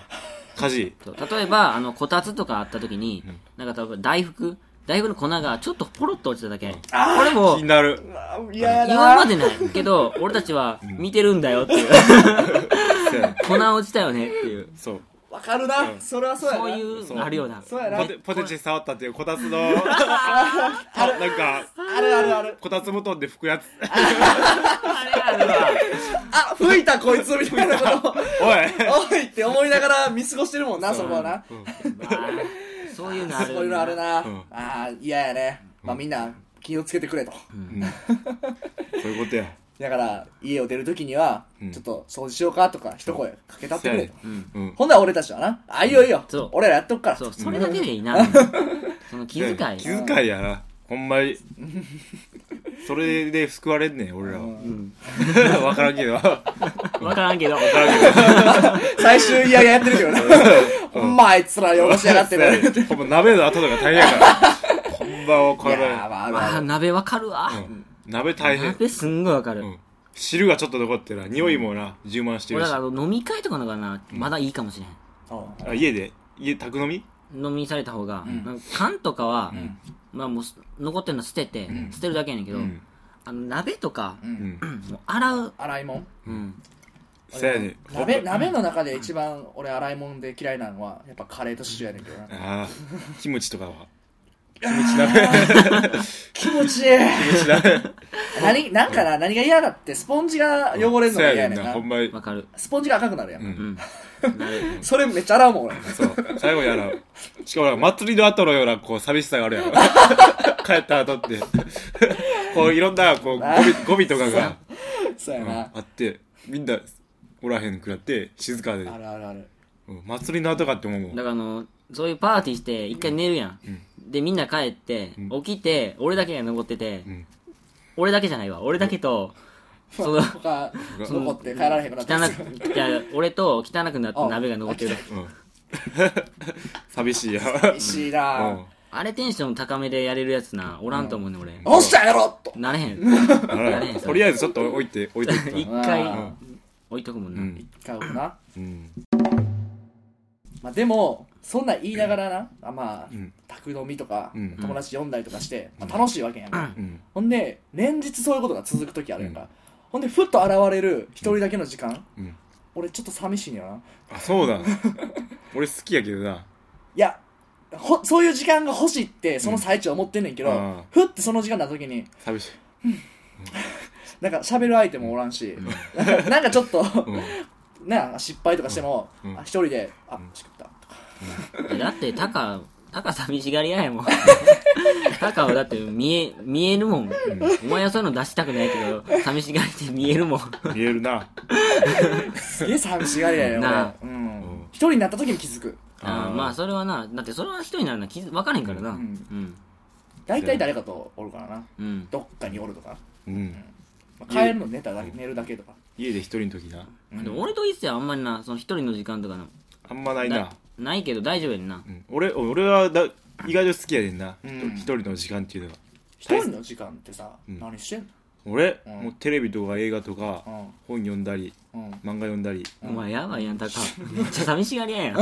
Speaker 2: 家事
Speaker 1: そう例えばあのこたつとかあった時に、なんか多分大福大福の粉がちょっとポロッと落ちただけ、これも
Speaker 2: 気になる
Speaker 3: ああ嫌や
Speaker 1: 言わん
Speaker 3: な
Speaker 1: までないけど俺たちは見てるんだよって いう
Speaker 2: そうやねん
Speaker 1: 粉落ちたよねっていう
Speaker 2: そう
Speaker 3: わかるなそれはそうやな
Speaker 1: そういうのあるよな
Speaker 3: そうやな
Speaker 2: ポテポテチ触ったっていうこた つのなんか
Speaker 3: あるあるある
Speaker 2: こたつ布団で拭 くやつ
Speaker 1: あれあるわ
Speaker 3: あ吹いたこいつみたいなこと
Speaker 2: おい
Speaker 3: おいって思いながら見過ごしてるもんなそこはな
Speaker 1: まあそういうのあ
Speaker 3: そ
Speaker 1: る
Speaker 3: ういうのあるなあ
Speaker 2: ん
Speaker 3: あ嫌やねまあみんな気をつけてくれと
Speaker 2: そういうことや
Speaker 3: だから家を出るときには
Speaker 2: うん
Speaker 3: ちょっと掃除しようかとか一声かけたってくれと
Speaker 1: うん
Speaker 2: うん
Speaker 3: ほんなら俺たちはなあいいよいいよ
Speaker 1: そう
Speaker 3: 俺らやっとくから
Speaker 1: そうそれだけでいいな、 その気遣い
Speaker 2: 気遣いやなほんまにそれで救われんねん俺らは
Speaker 1: ん
Speaker 2: わからんけど
Speaker 1: 分からんけど
Speaker 3: 最終いやいややってるけどなほんまあいつら汚しやがって
Speaker 2: そうや
Speaker 3: る
Speaker 2: ねんほんま鍋の後とか大変やからほんまわ
Speaker 3: い
Speaker 2: か
Speaker 3: や
Speaker 2: ら
Speaker 3: ー
Speaker 2: ん
Speaker 3: まあある
Speaker 1: あ
Speaker 3: あ
Speaker 1: ー
Speaker 3: る
Speaker 1: 鍋分かるわ、
Speaker 2: うん鍋大変
Speaker 1: 鍋すんごい分かる、
Speaker 2: うん汁がちょっと残ってるな匂いもな充満して
Speaker 1: 俺
Speaker 2: る
Speaker 1: だ
Speaker 2: し
Speaker 1: から飲み会とかのがなまだいいかもしれん、
Speaker 3: うん
Speaker 2: あ家で家宅飲み
Speaker 1: 飲みにされた方が、
Speaker 3: ん
Speaker 1: なんか缶とかは、まあもうす残ってるの捨てて、捨てるだけやねんけど、
Speaker 2: うん
Speaker 1: あの鍋とか、
Speaker 2: うん
Speaker 1: もう洗う、
Speaker 3: 洗い物
Speaker 1: うん、
Speaker 2: そうやねんほんま
Speaker 3: 鍋鍋の中で一番俺洗い物で嫌いなのはやっぱカレーとシチューやねんけどな
Speaker 2: ああキムチとかは
Speaker 3: 気持ちいい何なんかな何が嫌だってスポンジが汚れるの
Speaker 2: そう
Speaker 3: が
Speaker 2: や
Speaker 3: 嫌や
Speaker 2: ね
Speaker 3: ね
Speaker 2: ん
Speaker 3: ん
Speaker 2: な
Speaker 3: な
Speaker 2: ほんまに
Speaker 1: 分かる
Speaker 3: スポンジが赤くなるやん、
Speaker 2: うん
Speaker 1: うんなる
Speaker 3: それめっちゃ洗うもん俺
Speaker 2: そう最後に洗うしかもなんか祭りの後のようなこう寂しさがあ るやろ帰った後って こういろんなこうゴミゴミとかが、
Speaker 3: そうや
Speaker 2: うん
Speaker 3: な
Speaker 2: あ、ってみんなおらへんくなって静かで、
Speaker 3: あるあるある
Speaker 2: うん祭りの後かって思うもん
Speaker 1: だからあのそういうパーティーして一回寝るやん、でみんな帰って、起きて俺だけが残ってて、
Speaker 2: ん
Speaker 1: 俺だけじゃないわ俺だけと、そ の
Speaker 3: 他残って帰られへんくなって
Speaker 1: 汚くいや俺と汚くなった鍋が残ってる
Speaker 2: うん 寂しいや
Speaker 3: 美味しいな、
Speaker 2: うん
Speaker 1: あれテンション高めでやれるやつなおらんと思うねん俺
Speaker 3: おっしゃやろっと
Speaker 1: なれへん
Speaker 2: あ
Speaker 1: な
Speaker 2: ら
Speaker 1: れへんそ
Speaker 2: と
Speaker 1: れ
Speaker 2: りあえずちょっと置いて置いてい
Speaker 1: 一
Speaker 2: っ
Speaker 1: 回
Speaker 3: うん
Speaker 1: 置いとくもんな、
Speaker 2: うん
Speaker 3: 買うな、
Speaker 2: た、うん、
Speaker 3: まあ、でもそんなん言いながらなあまあ、
Speaker 2: ん
Speaker 3: 宅飲みとか、
Speaker 2: うん
Speaker 3: 友達呼んだりとかして、まあ、楽しいわけやんか、
Speaker 2: うん
Speaker 3: ほんで連日そういうことが続く時あるやんか、ほんでふっと現れる一人だけの時間、
Speaker 2: うん
Speaker 3: 俺ちょっと寂しいんよな
Speaker 2: あそうだ俺好きやけどない
Speaker 3: やほそういう時間が欲しいってその最中は思ってんねんけど、
Speaker 2: うん
Speaker 3: ふってその時間になった時に
Speaker 2: 寂しい。
Speaker 3: なんか喋る相手もおらんし、なんかなんかちょっと、
Speaker 2: うん。
Speaker 3: なんか失敗とかしても、
Speaker 2: うん
Speaker 3: あ一人で「あしくった」とか
Speaker 1: えだって、タカ、タカ寂しがり屋やもん。 タカはだって見え、見えるもん。お前はそういうの出したくないけど、寂しがりって見えるもん。
Speaker 2: 見えるな。
Speaker 3: すげえ寂しがりやねん
Speaker 1: なあ
Speaker 3: 俺、うん
Speaker 2: うん
Speaker 3: 一人になった時に気づく
Speaker 1: あ
Speaker 2: あ
Speaker 1: ー
Speaker 2: ー
Speaker 1: まあ、それはな、だってそれは一人になるのは気づ分からへんからな。
Speaker 3: う
Speaker 1: うんん。
Speaker 3: 大体誰かとおるからな
Speaker 1: うん。
Speaker 3: どっかにおるとか、
Speaker 2: うん。
Speaker 3: まあ、帰るの寝ただけ寝るだけとか
Speaker 2: 家で一人の時な。
Speaker 1: でも俺と一世はあんまりな、その一人の時間とかな、
Speaker 2: あんまないな。
Speaker 1: ないけど大丈夫やんな
Speaker 2: う。ん、俺、俺はだ意外と好きやねんな。
Speaker 3: うん
Speaker 2: 一人の時間っていうのは。
Speaker 3: 一人の時間ってさ、
Speaker 2: うん
Speaker 3: 何してん
Speaker 2: 俺、
Speaker 3: うん
Speaker 2: もうテレビとか映画とか、
Speaker 3: の
Speaker 2: 本読んだり、
Speaker 3: うんうん
Speaker 2: 漫画読んだり。
Speaker 1: お前やばいやん、タカ。めっちゃ寂しがり屋やん。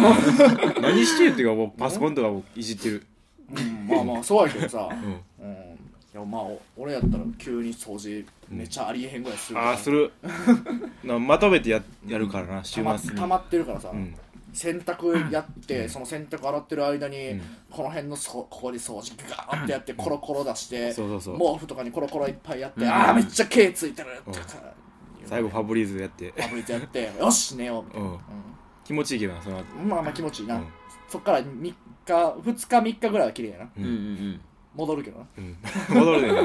Speaker 2: 何してるっていうか、もうパソコンとかもいじってる。
Speaker 3: うんまあまあそうやけどさ、
Speaker 2: うん。
Speaker 3: うん、いやまあお俺やったら急に掃除めっちゃありえへんぐらいするから
Speaker 2: ああ、す る。なまとめてややるからな、
Speaker 3: た
Speaker 2: 週
Speaker 3: ま
Speaker 2: 末
Speaker 3: た
Speaker 2: に。
Speaker 3: まってるからさ、
Speaker 2: うん。
Speaker 3: 洗濯やって、その洗濯洗ってる間に、
Speaker 2: うん
Speaker 3: この辺のそここに掃除ガーってやって、コロコロ出して
Speaker 2: そうそうそう
Speaker 3: 毛布とかにコロコロいっぱいやって、ああめっちゃ毛ついてるとかさ、
Speaker 2: 最後、ファブリーズやって。
Speaker 3: パブリてやってよし寝ようみた
Speaker 2: う
Speaker 3: いな、
Speaker 2: ん。気持ちいいけどな、その後。
Speaker 3: うんまあまあ気持ちいいな、
Speaker 2: うん
Speaker 3: そっから3日2日3日ぐらいは綺麗やな
Speaker 1: うんうん
Speaker 3: 戻るけどな
Speaker 2: うん。 戻るね。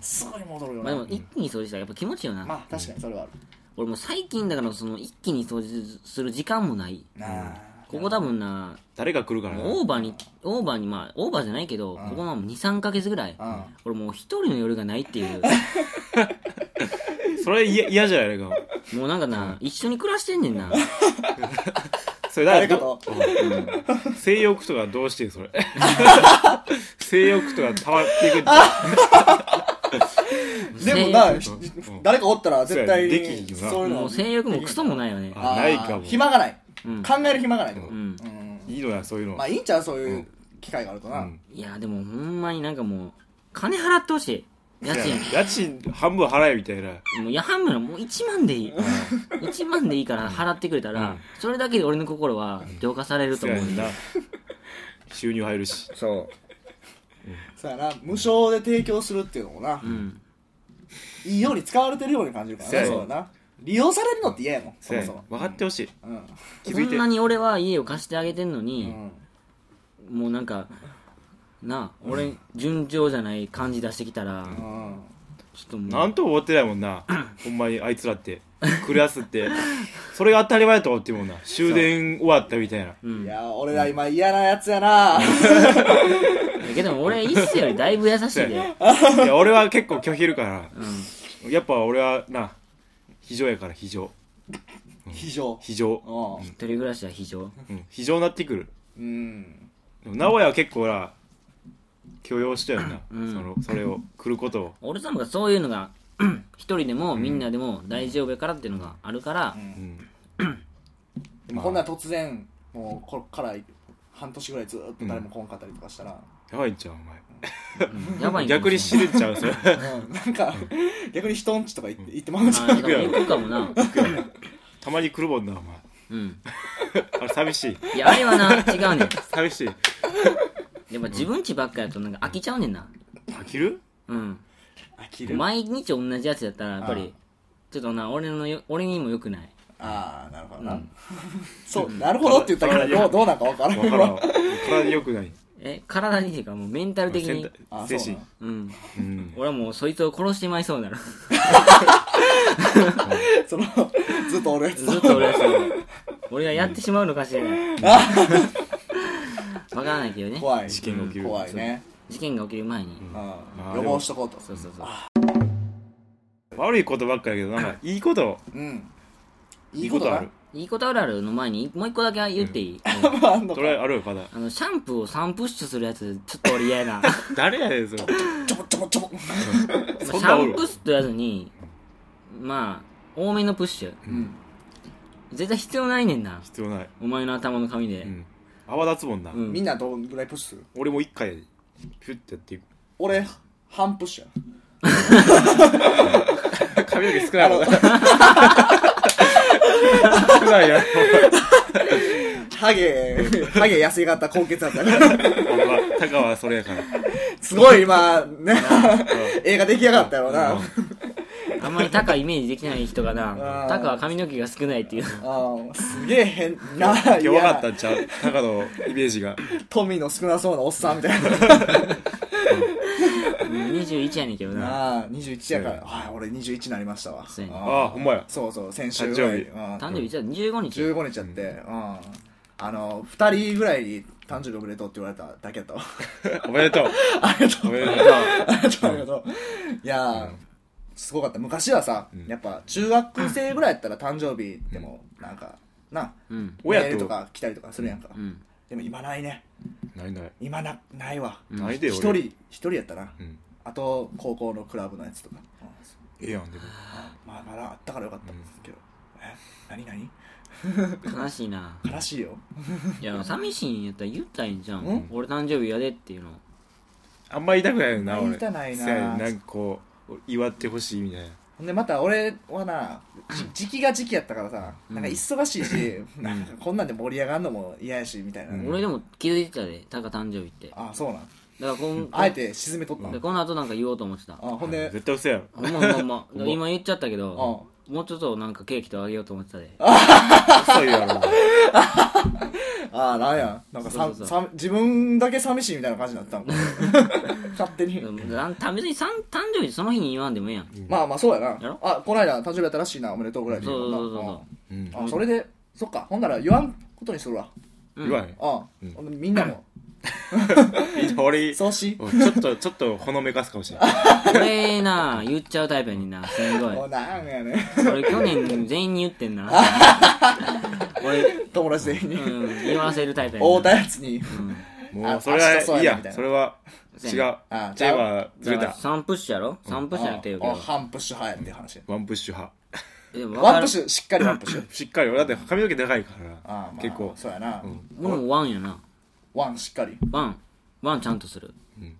Speaker 3: すごい戻る
Speaker 1: う
Speaker 3: よ
Speaker 1: ん。まあ
Speaker 3: な
Speaker 1: でも一気に掃除したらやっぱ気持ちいいよな。
Speaker 3: まあ確かにそれはある、
Speaker 1: 俺もう最近だからその一気に掃除する時間もない
Speaker 3: なあ
Speaker 1: ここ多分な
Speaker 2: 誰か来るからな。
Speaker 1: オーバーにオーバーにまあオーバーじゃないけどここはもう23ヶ月ぐらい
Speaker 3: うん
Speaker 1: 俺もう一人の夜がないっていう
Speaker 2: それ嫌嫌じゃないか。
Speaker 1: もうなんかな一緒に暮らしてんねんな
Speaker 2: それ誰
Speaker 3: 誰かと
Speaker 2: うん性欲とかどうしてるそれ性欲とかたまっていくん
Speaker 3: でもな、
Speaker 1: 性
Speaker 3: ひ
Speaker 2: うん
Speaker 3: 誰かおったら絶対
Speaker 2: そうやできひんよな
Speaker 3: そういうの
Speaker 1: もう性欲もクソもないよね
Speaker 2: あ
Speaker 3: あー
Speaker 2: ないかも
Speaker 3: 暇がない、
Speaker 1: うん
Speaker 3: 考える暇がないと、
Speaker 1: う
Speaker 3: うん
Speaker 1: ん
Speaker 2: いいのやそういうの、
Speaker 3: まあいいんちゃうそういううん機会があるとな、
Speaker 2: うん
Speaker 1: いやでもほんまになんかもう金払ってほしい家賃
Speaker 2: 家賃半分払えみたいな
Speaker 1: もういや半分のもう1万でいい1万でいいから払ってくれたらそれだけで俺の心は浄化されると
Speaker 2: そうや
Speaker 1: 思う
Speaker 2: ね
Speaker 1: ん
Speaker 2: ん
Speaker 1: だ
Speaker 2: な収入入るし
Speaker 1: そ
Speaker 3: そうやな無償で提供するっていうのもな、
Speaker 1: ううん
Speaker 3: いいように使われてるように感じるから
Speaker 2: そう
Speaker 3: ね
Speaker 2: やね
Speaker 3: そうだな利用されるのって嫌やもんそも
Speaker 2: そうやね
Speaker 3: そ
Speaker 2: ん
Speaker 3: も
Speaker 2: 分かってほしい
Speaker 3: うん
Speaker 2: 気
Speaker 1: こ
Speaker 2: づい
Speaker 1: ん
Speaker 2: て
Speaker 1: なに俺は家を貸してあげてんの
Speaker 3: う
Speaker 1: に、
Speaker 3: ん
Speaker 1: もうなんかなあ俺順調じゃない感じ出してきたら、
Speaker 3: うん
Speaker 1: ちょっともう
Speaker 2: なんとも思ってないもんなほんまにあいつらってクラスってそれが当たり前やと思ってるもんな終電終わったみたいな
Speaker 1: うん
Speaker 3: いや俺ら今嫌なやつやな
Speaker 1: だけど俺一世よりだいぶ優しい
Speaker 2: そうや
Speaker 1: で、
Speaker 2: いや俺は結構拒否いるから
Speaker 1: う
Speaker 2: やっぱ俺はな非常やから非常
Speaker 3: 非常
Speaker 2: 非常
Speaker 1: ん、一人暮らしは非常
Speaker 2: うん非常になってくる
Speaker 3: うん、うん、
Speaker 2: でも名古屋は結構な許容したよな、
Speaker 1: うん
Speaker 2: そのそれを来ることを、
Speaker 1: 俺様がそういうのが うん一人でもみんなでも大丈夫やからっていうのがあるから、
Speaker 2: うん、
Speaker 3: でもこんなん突然もうこっから半年ぐらいずっと誰も来んかったりとかしたら、
Speaker 2: やばいんちゃうお前
Speaker 1: やばいんかも
Speaker 2: 逆に
Speaker 1: し
Speaker 2: 死
Speaker 1: れん
Speaker 2: ぬんちゃうそれ
Speaker 3: うんなんか 逆に人んちとか行って行ってまうんじゃ
Speaker 1: あ
Speaker 3: ん
Speaker 1: だから行くかもな
Speaker 2: たまに来るもんなお前
Speaker 1: うん
Speaker 2: あれ寂しい
Speaker 1: いやあれはな違うねん
Speaker 2: 寂しい
Speaker 1: やっぱ自分家ばっかやとなんか飽きちゃうねんな
Speaker 2: 飽きる
Speaker 1: うん
Speaker 3: 飽きる
Speaker 1: 毎日同じやつやったらやっぱりちょっとな俺のよ俺にも良くない
Speaker 3: ああなるほどな、そうなるほどって言ったけどどうどうなんか分からん
Speaker 2: 分
Speaker 3: け
Speaker 2: からん
Speaker 3: ど
Speaker 2: わ体良くない
Speaker 1: え体にっていうかもうメンタル的に
Speaker 3: あ
Speaker 2: 精
Speaker 3: そう
Speaker 2: 神
Speaker 3: なの
Speaker 1: うん
Speaker 2: うん
Speaker 1: 俺はもうそいつを殺してまいそうになる
Speaker 3: そのずっと俺
Speaker 1: ずっと俺はそう俺がやってしまうのかしらない分からないけどね
Speaker 3: 怖い
Speaker 2: 事件が起きる
Speaker 3: 怖いね、
Speaker 1: 事件が起きる前に
Speaker 3: うん
Speaker 2: あ
Speaker 3: 予防しとこうと
Speaker 1: そうそうそう
Speaker 2: 悪いことばっかりやけどなんかいいこと
Speaker 3: うん
Speaker 2: いいことある
Speaker 1: いいことあるあるの前にもう一個だけ言っていい、うん
Speaker 3: あんの
Speaker 2: そ
Speaker 3: か
Speaker 2: れあるよまだ
Speaker 1: あのシャンプーを3プッシュするやつちょっと俺嫌やな
Speaker 2: 誰やねんそれ
Speaker 3: ちょぼちょぼちょぼ
Speaker 1: シ
Speaker 2: そんなお
Speaker 1: ャン
Speaker 2: る
Speaker 1: プーってやつにまあ多めのプッシュ
Speaker 3: うん
Speaker 1: 絶対必要ないねんな
Speaker 2: 必要ない、
Speaker 1: お前の頭の髪で、
Speaker 2: うん、泡立つもんな、
Speaker 1: うん
Speaker 3: みんなどんぐらいプッシュする
Speaker 2: 俺も一回やでピュッてやっていく
Speaker 3: 俺半プッシュや
Speaker 2: 髪の毛 少ないもんな少ないやろ
Speaker 3: なハゲ、ハゲ痩せ型高血圧だから。
Speaker 2: ほんまタカはそれやから
Speaker 3: すごい今、ね、映画出来上がったやろうな。
Speaker 2: う
Speaker 3: あ
Speaker 2: ん
Speaker 1: あんまりタカイメージできない人が な
Speaker 3: あー
Speaker 1: タカは髪の毛が少ないっていう
Speaker 3: ーすげえ変な、
Speaker 2: 今日分かった
Speaker 3: いや
Speaker 2: んちゃうタカのイメージが
Speaker 3: 富の少なそうなおっさんみたいな。
Speaker 1: 21やねんけどな
Speaker 3: ああ、21やか
Speaker 2: う
Speaker 3: ら。はい、俺21になりましたわ。
Speaker 1: そうやね
Speaker 3: あー
Speaker 2: ああほんまや
Speaker 3: そうそう、先週
Speaker 2: 誕生日
Speaker 3: ぐらいうん
Speaker 1: 誕生日じゃあ15日
Speaker 3: 15日やって、うん。あの、2人ぐらいに誕生日遅れとって言われただけやったわ。
Speaker 2: おめでとう
Speaker 3: ありがとう
Speaker 2: おめでとう
Speaker 3: ありがとうありがとういやー、すごかった昔はさ、
Speaker 2: ん
Speaker 3: やっぱ中学生ぐらいやったら誕生日でもなんか、な
Speaker 1: うん
Speaker 3: メ
Speaker 2: 親
Speaker 3: ール
Speaker 2: と
Speaker 3: とか来たりとかするやんか、
Speaker 1: うん
Speaker 3: でも今ないね
Speaker 2: ないない
Speaker 3: 今なないわ
Speaker 2: ないで
Speaker 3: 一
Speaker 2: よ
Speaker 3: 人
Speaker 2: 俺
Speaker 3: 一人やったな、
Speaker 2: うん
Speaker 3: あと高校のクラブのやつとか、うん
Speaker 2: ええやんでも
Speaker 3: まあまだあったからよかったんですけど、え何何
Speaker 1: 悲しいな
Speaker 3: 悲しいよ
Speaker 1: いや寂しいんやったら言ったらいいんじゃん
Speaker 3: ん
Speaker 1: 俺誕生日やでっていうの
Speaker 2: あんま言いたくないよな俺
Speaker 3: 言いたないな
Speaker 2: せやねんなんかこう祝ってほしいみたいな
Speaker 3: ほんでまた俺はなじ時期が時期やったからさ、なんか忙しいし、なんかこんなんで盛り上がるのも嫌やしみたいな、
Speaker 2: うん
Speaker 1: 俺でも気づいてたでタカ誕生日ってだか
Speaker 3: ああそうなん
Speaker 1: らこん
Speaker 3: あえて沈めとったの、
Speaker 1: でこの後なんか言おうと思ってた
Speaker 3: あほんで、
Speaker 2: 絶対嘘や
Speaker 1: ほ
Speaker 2: ろ
Speaker 1: んまほんまほんま今言っちゃったけど
Speaker 3: う
Speaker 1: もうちょっとなんかケーキとあげようと思ってたで
Speaker 2: 嘘やろ
Speaker 3: ああなんやなんかさ
Speaker 1: そうそうそう
Speaker 3: さ自分だけ寂しいみたいな感じになったの勝手に、
Speaker 1: なんた別にさん誕生日その日に言わんでもええやん
Speaker 3: まあまあそうやな
Speaker 1: ろ
Speaker 3: あこの間誕生日やったらしいなおめでとうぐらいで
Speaker 1: そうそうそう
Speaker 3: 言う
Speaker 1: そ
Speaker 3: も
Speaker 1: うん
Speaker 3: な
Speaker 2: うん
Speaker 3: ああそれでそっかほんなら言わんことにするわ
Speaker 2: 言わへん
Speaker 3: あ、
Speaker 2: うん
Speaker 3: ほんでみんな も
Speaker 2: みんな俺
Speaker 3: そうし
Speaker 2: おいちょっとちょっとほのめかすかもしれない
Speaker 1: 俺な言っちゃうタイプやねんなすんごい
Speaker 3: もうなん やね
Speaker 1: 俺去年全員に言ってんな俺、
Speaker 3: 友達全員に、
Speaker 1: うん、言わせるタイプやねん
Speaker 3: 大
Speaker 1: な
Speaker 3: 田やつに
Speaker 2: も
Speaker 3: あ
Speaker 2: うそれ
Speaker 3: 明日そう
Speaker 2: は
Speaker 3: や
Speaker 2: いい
Speaker 3: みたい
Speaker 2: や
Speaker 3: な
Speaker 2: それは違
Speaker 1: そ
Speaker 2: う
Speaker 1: う
Speaker 2: テ
Speaker 1: や
Speaker 3: あ
Speaker 2: ーマはずれ
Speaker 1: だから
Speaker 2: た
Speaker 1: 3プッシュやろ3プッシュじゃなくていいけど
Speaker 3: あ半プッシュ派やっていう話、
Speaker 2: ワンプッシュ派
Speaker 1: でも
Speaker 3: ワン
Speaker 1: 分
Speaker 3: プッシ
Speaker 1: か
Speaker 3: ュしっかりワンプッシュ
Speaker 2: しっかり俺だって髪の毛長いから
Speaker 3: ああ、まあ、
Speaker 2: 結構
Speaker 3: そうやな、
Speaker 2: ん
Speaker 1: る俺もワンやな
Speaker 3: ワンしっかり
Speaker 1: ワンワンちゃんとする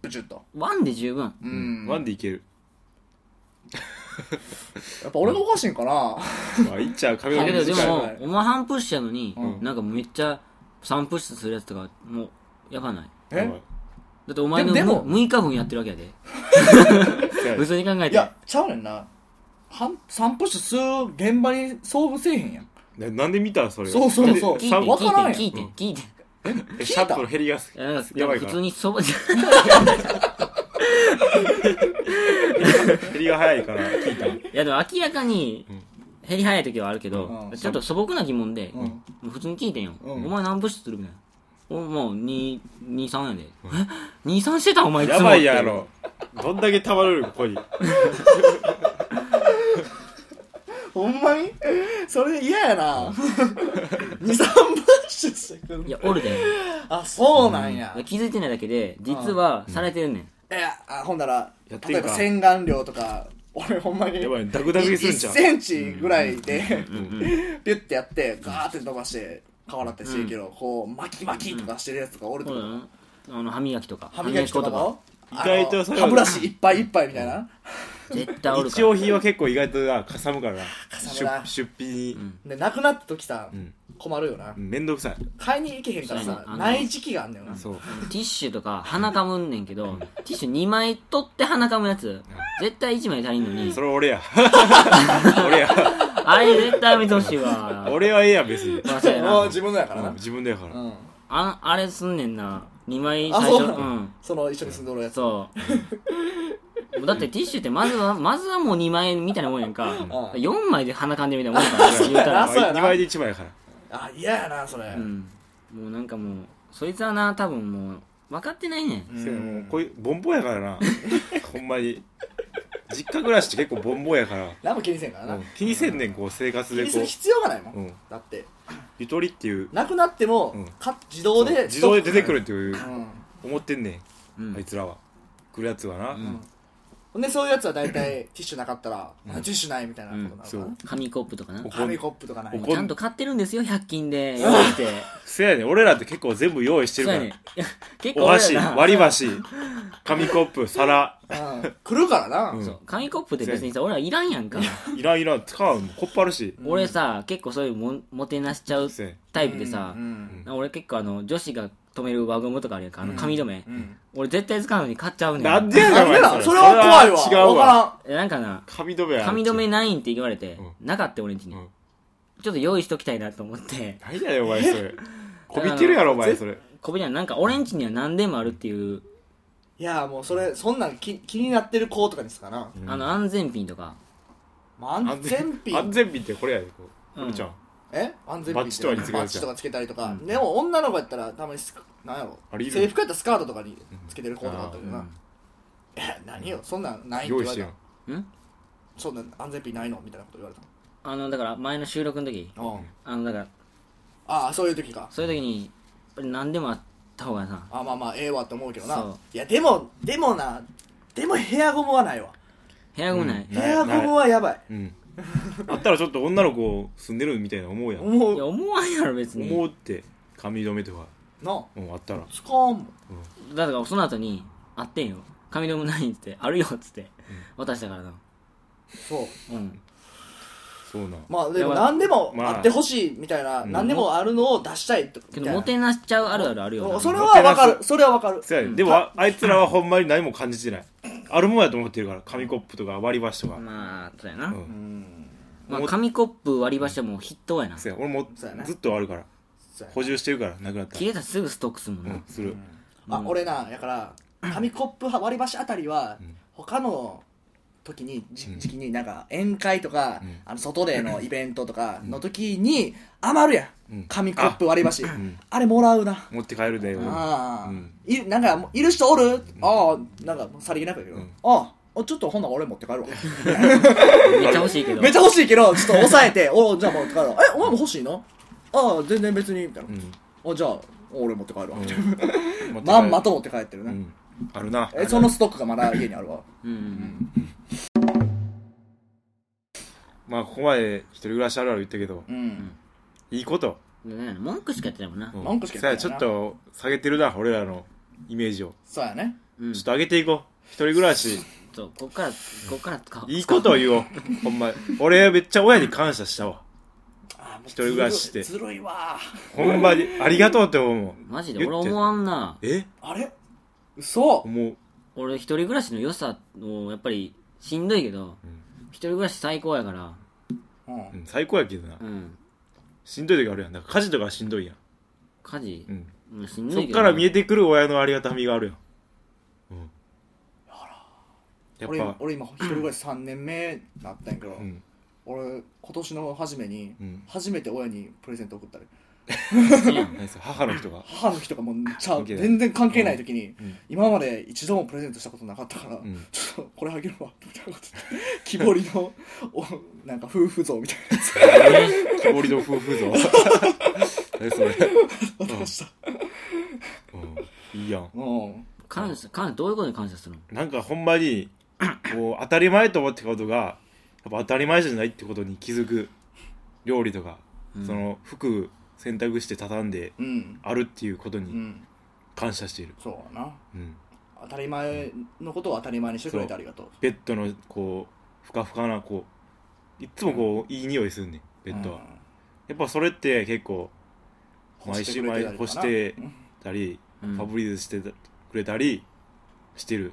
Speaker 3: プチュッと
Speaker 1: ワンで十分
Speaker 3: うん
Speaker 2: ワンでいける
Speaker 3: やっぱ俺がおかしいんかな
Speaker 2: まあいっちゃう髪の
Speaker 1: だ
Speaker 2: 毛
Speaker 1: けどで
Speaker 2: 短い
Speaker 1: もお前半プッシュやのに、なんかめっちゃ3プッシュするやつとかもうやばない
Speaker 3: え
Speaker 1: だってお前の
Speaker 3: でもでも
Speaker 1: 6日分やってるわけやで普通に考え
Speaker 3: い
Speaker 1: て
Speaker 3: や、ちゃうねんな。半散歩してする現場に遭遇せえへんやん。
Speaker 2: ななんで見たそれ
Speaker 3: そうそうそう。
Speaker 1: 聞いて
Speaker 3: わからんやん。
Speaker 1: 聞いて聞いて聞いて
Speaker 2: えシャットの減りが
Speaker 1: いやなんか
Speaker 2: やばいか
Speaker 1: 普
Speaker 2: ら
Speaker 1: 通にそば
Speaker 2: 減りが早い から聞いた
Speaker 1: いやでも明らかに減り早い時はあるけど、
Speaker 3: うん
Speaker 1: ちょっと素朴な疑問で、
Speaker 3: ん
Speaker 1: もう普通に聞いてんよ、
Speaker 3: うん
Speaker 1: お前何プッシュするみたいなおもう23やで、え23してたお前いつも
Speaker 2: やばいやろどんだけたまるよここに
Speaker 3: ほんまに それ嫌やな。 二三プッシュしてく
Speaker 1: い
Speaker 3: る。
Speaker 1: やおるで
Speaker 3: あ、そうなんや。
Speaker 1: 気づいてないだけで実はされてんねん、
Speaker 3: いや、あほんなら、
Speaker 2: やってい
Speaker 3: 例
Speaker 2: い
Speaker 3: え
Speaker 2: か
Speaker 3: ば洗顔料とか、俺ほんまに。
Speaker 2: やばいダグダグにするんちゃう
Speaker 3: 1センチぐらいで、ピュッてやって、ガーって伸ばして、顔洗ってしてるけど、こう、巻き巻きとかしてるやつがおると
Speaker 1: そう
Speaker 3: か
Speaker 1: だ、なあの歯磨きとか
Speaker 3: 歯磨きとかも、
Speaker 2: 歯磨き粉とかも意外と
Speaker 3: あ
Speaker 2: そ
Speaker 3: の
Speaker 2: れは
Speaker 3: 歯ブラシいっぱいいっぱいみたいな。
Speaker 1: 歯磨き粉とか絶対おるか
Speaker 2: 日
Speaker 1: ら
Speaker 2: 用品は結構意外となかさむからな
Speaker 3: さむな
Speaker 2: 出出費に
Speaker 3: でなくなった時さ、
Speaker 2: ん
Speaker 3: 困るよな、
Speaker 2: うんめんどくさい
Speaker 3: 買いに行けへんから
Speaker 1: そうや
Speaker 3: さ
Speaker 1: なあの
Speaker 3: ない時期があんだよな
Speaker 2: そう
Speaker 1: ティッシュとか鼻かむんねんけどティッシュ2枚取って鼻かむやつ絶対1枚足りんのに
Speaker 2: それ俺や 俺や
Speaker 1: あれ絶対やめてほしいわ
Speaker 2: 俺はええやん別に
Speaker 1: まあそうや
Speaker 3: もう
Speaker 1: な
Speaker 3: 自分のやからな、
Speaker 2: うん自分でやから
Speaker 3: うん
Speaker 1: ああれすんねんな2枚
Speaker 3: あ
Speaker 1: 最
Speaker 3: そう
Speaker 1: 初
Speaker 3: なの、
Speaker 1: うん
Speaker 3: その一緒に住んどるやつ
Speaker 1: そうもうだってティッシュってまずはまずはもう2枚みたいなもんやんか4枚で鼻かんでみたいなもんやから言うた
Speaker 3: あ
Speaker 1: ら
Speaker 3: そうやな
Speaker 2: 2枚で1枚やから
Speaker 3: あ嫌やなそれ、
Speaker 1: うんもうなんかもうそいつはな多分もう分かってないねん
Speaker 2: せやもうこういうボンボンやか らなほんまに実家暮らしって結構ボンボンやから
Speaker 3: 何も気にせんからな、
Speaker 2: うん気にせんねんこう生活
Speaker 3: 気
Speaker 2: で
Speaker 3: にす
Speaker 2: こ
Speaker 3: る
Speaker 2: う
Speaker 3: 必要がないもん、
Speaker 2: うん
Speaker 3: だって
Speaker 2: ゆとりっていう
Speaker 3: なくなっても、
Speaker 2: うん
Speaker 3: か自動で
Speaker 2: 自動で出てくる
Speaker 3: る、
Speaker 2: っていう
Speaker 3: うん
Speaker 2: 思ってんね
Speaker 1: うん
Speaker 2: あいつらは来るやつはな
Speaker 3: ほんでそういうやつは大体ティッシュなかったら、あティッシュないみたいなことになるから
Speaker 2: うん
Speaker 3: な
Speaker 1: 紙コップとかな
Speaker 2: 怒
Speaker 3: 紙コップとかない
Speaker 2: 怒
Speaker 1: ちゃんと買ってるんですよ100均で用意して
Speaker 2: せやねん俺らって結構全部用意してる
Speaker 1: そう
Speaker 2: か
Speaker 1: や
Speaker 2: ら
Speaker 1: ねんいや結構
Speaker 2: お
Speaker 1: 俺
Speaker 2: 箸
Speaker 1: らな
Speaker 2: 割り箸紙コップ皿
Speaker 3: うん来るからな、
Speaker 2: うん
Speaker 1: そう紙コップって別にさ俺はいらんやんか
Speaker 2: いらんいらん使わんコップあるし
Speaker 1: 俺さ結構そういうもんもてなしちゃう
Speaker 2: せん
Speaker 1: タイプでさ
Speaker 3: うんうん
Speaker 1: 俺結構あの女子が止める輪ゴムとかあるやんかあの紙留め
Speaker 3: うん
Speaker 1: 俺絶対使うのに買っちゃうねん
Speaker 2: なんでやねん
Speaker 3: なん
Speaker 2: お
Speaker 3: で
Speaker 2: 前
Speaker 3: なんそれは怖いわ
Speaker 2: それは違う
Speaker 3: わから
Speaker 2: わ
Speaker 3: ん
Speaker 1: えなんかな
Speaker 2: 髪留めや
Speaker 1: 紙留めないんって言われて
Speaker 2: う
Speaker 1: なかった俺んちに
Speaker 2: うん
Speaker 1: ちょっと用意しときたいなと思って
Speaker 2: 何やねんお前それこびてるやろお前それ
Speaker 1: 小部屋になんか俺んちには何でもあるっていう
Speaker 3: いやもうそれそんなん気気になってる子とかですかな、
Speaker 2: うん
Speaker 1: あの安全ピンとか
Speaker 3: まあ、安全ピン
Speaker 2: 安全ピンってこれやでこ
Speaker 1: う
Speaker 2: う
Speaker 1: ん
Speaker 2: これちゃん
Speaker 3: え安全ピンって
Speaker 2: バッチとかにつけるやつや
Speaker 3: バッチとかつけたりとか、でも女の子やったらたまにスカなんやろ
Speaker 2: あれいる
Speaker 3: 制服やったらスカートとかにつけてる子とかあったけどな、
Speaker 1: うん
Speaker 3: いや何よそんなんないって
Speaker 2: 用
Speaker 3: 言
Speaker 2: 意
Speaker 3: わ
Speaker 2: し
Speaker 3: れ
Speaker 2: て
Speaker 3: た
Speaker 2: やん
Speaker 3: そんなん安全ピンないのみたいなこと言われた
Speaker 1: あのだから前の収録の時
Speaker 3: の、
Speaker 1: あのだから
Speaker 3: ああそういう時か
Speaker 1: そういう時にやっぱり何でもあった方がさ
Speaker 3: あまあまあええわって思うけど
Speaker 1: そ
Speaker 3: な
Speaker 1: う
Speaker 3: いやでもでもなでもヘアゴムはないわ
Speaker 1: 部屋ゴムない
Speaker 2: うん
Speaker 3: ヘアゴムはやばい
Speaker 2: うんあったらちょっと女の子住んでるみたいな思うやん
Speaker 3: 思
Speaker 1: いうや思わんやろ別に
Speaker 2: 思うって髪留めとか
Speaker 3: な
Speaker 2: うんあったら
Speaker 3: 使わんもん
Speaker 1: だからその後に「あってんよ髪留めない」っつって「あ るよ」っつって渡したからな
Speaker 3: そう
Speaker 1: うん
Speaker 2: そうなん
Speaker 3: まあでも
Speaker 1: いやまあ
Speaker 3: 何でも
Speaker 2: まあ
Speaker 3: あってほしいみたいな、
Speaker 2: うん
Speaker 3: 何でもあるのを出したいとか
Speaker 1: け
Speaker 3: み
Speaker 1: ど
Speaker 3: たい
Speaker 1: も
Speaker 3: な
Speaker 1: てなしちゃうあるあるあるよな
Speaker 3: それはわか
Speaker 2: もてな
Speaker 3: るそれはわかる
Speaker 2: そうやねでもああいつらはほんまに何も感じてないあるもんやと思ってるから紙コップとか割り箸とか
Speaker 1: まあそうやな、
Speaker 2: うん
Speaker 1: まあ、紙コップ割り箸はもう筆頭やな
Speaker 2: そうや俺も
Speaker 3: そうやな
Speaker 2: ずっとあるから
Speaker 3: そうやな
Speaker 2: 補充してるからなくなった
Speaker 1: 切
Speaker 2: ら
Speaker 1: れたらすぐストックするもん
Speaker 2: う
Speaker 1: な、
Speaker 2: んする
Speaker 3: あ俺なやから紙コップは割り箸あたりは
Speaker 2: ん
Speaker 3: 他の時にじ
Speaker 2: うん
Speaker 3: 時期になんか宴会とか、
Speaker 2: ん
Speaker 3: あの外でのイベントとかの時に余るやん、
Speaker 2: うん
Speaker 3: 紙コップ割り箸あ,、
Speaker 2: ん
Speaker 3: れもらうな、
Speaker 2: 持って帰るで
Speaker 3: ああ、
Speaker 2: うん
Speaker 3: いなんかもういる人おる、ああなんかさりげなくやけど、
Speaker 2: うん
Speaker 3: ああちょっとほんなら俺持って帰るわ
Speaker 1: めっちゃ欲しいけど
Speaker 3: めっちゃ欲しいけどちょっと抑えて 「おじゃあ持って帰るわ」「えお前も欲しいの?」「ああ全然別に」みたいな
Speaker 2: う、ん
Speaker 3: あじゃあ俺持って帰るわ、
Speaker 2: うん
Speaker 3: まんまと持って帰ってる
Speaker 2: う
Speaker 3: な、
Speaker 2: んあるな
Speaker 3: えそのストックがまだ家にあるわ
Speaker 1: うんうん
Speaker 2: まあここまで一人暮らしあるある言ったけど
Speaker 3: うん
Speaker 2: いいこと
Speaker 1: うんでね文句しかやってないもんな、
Speaker 2: うん
Speaker 3: 文句しか
Speaker 2: そ
Speaker 3: 言
Speaker 2: うや
Speaker 3: って
Speaker 2: ち
Speaker 3: ない
Speaker 2: ょっ
Speaker 3: な
Speaker 2: と下げてるな俺らのイメージを
Speaker 3: そうやね
Speaker 1: うん
Speaker 2: ちょっと上げていこう一人暮 らし
Speaker 1: そうこっからこっから使おう
Speaker 2: いいことを言おうほんま俺めっちゃ親に感謝したわ
Speaker 3: あもう
Speaker 2: 一人暮らしして
Speaker 3: ずるいずるいわ
Speaker 2: ほんまにありがとうって思うもん
Speaker 1: マジで
Speaker 2: 言っ
Speaker 1: 俺
Speaker 2: て
Speaker 1: 思わんな
Speaker 2: え
Speaker 3: あれ嘘
Speaker 2: 思う
Speaker 1: 俺一人暮らしの良さをやっぱりしんどいけど、
Speaker 2: ん
Speaker 1: 一人暮らし最高やから
Speaker 3: うん
Speaker 2: うん最高やけどな
Speaker 1: うん
Speaker 2: しんどい時あるやんなんか家事とかしんどいやん
Speaker 1: 家事
Speaker 2: う、ん
Speaker 1: うん、しんど
Speaker 2: そ
Speaker 1: い
Speaker 2: っ
Speaker 1: けど
Speaker 2: から見え
Speaker 1: て
Speaker 2: てくる親のありがたみがあるやんうんや
Speaker 3: 俺
Speaker 2: っ
Speaker 3: 今
Speaker 2: ぱ
Speaker 3: 俺今一人暮らし3年目なったんやけど、
Speaker 2: うん
Speaker 3: 俺今年の初めに、
Speaker 2: うん
Speaker 3: 初めて親にプレゼント送ったり
Speaker 2: 何それ母の 人が
Speaker 3: 母の日とかもうちゃう
Speaker 2: 関係ない
Speaker 3: 全然関係ない時に、
Speaker 2: ん
Speaker 3: 今まで一度もプレゼントしたことなかったから、
Speaker 2: ん
Speaker 3: ちょっとこれあげるわ みたいなこと言って木彫りのおなんか夫婦像みたいなやつ
Speaker 2: 木彫りの夫婦像 何それ
Speaker 3: 渡した、
Speaker 2: うんいいやん
Speaker 3: うん、
Speaker 1: 感謝感謝どういうことに感謝するの
Speaker 2: なんかほんまにこう当たり前と思ってたことがやっぱ当たり前じゃないってことに気づく料理とか、その服洗濯して畳んで
Speaker 3: うん
Speaker 2: あるっていうこと
Speaker 3: う
Speaker 2: に
Speaker 3: ん
Speaker 2: 感謝している、
Speaker 3: そうやな
Speaker 2: うん
Speaker 3: 当たり前のことを当たり前にしてくれてありがとう
Speaker 2: ベッドのこうふかふかなこういっつもこういい匂いすんねんベッドは、やっぱそれって結構
Speaker 3: うん
Speaker 2: 毎週
Speaker 3: 干してくれ
Speaker 2: 毎
Speaker 3: たりとかな
Speaker 2: 干してたり、
Speaker 1: うん
Speaker 2: ファブリーズしてたくれたりしてる、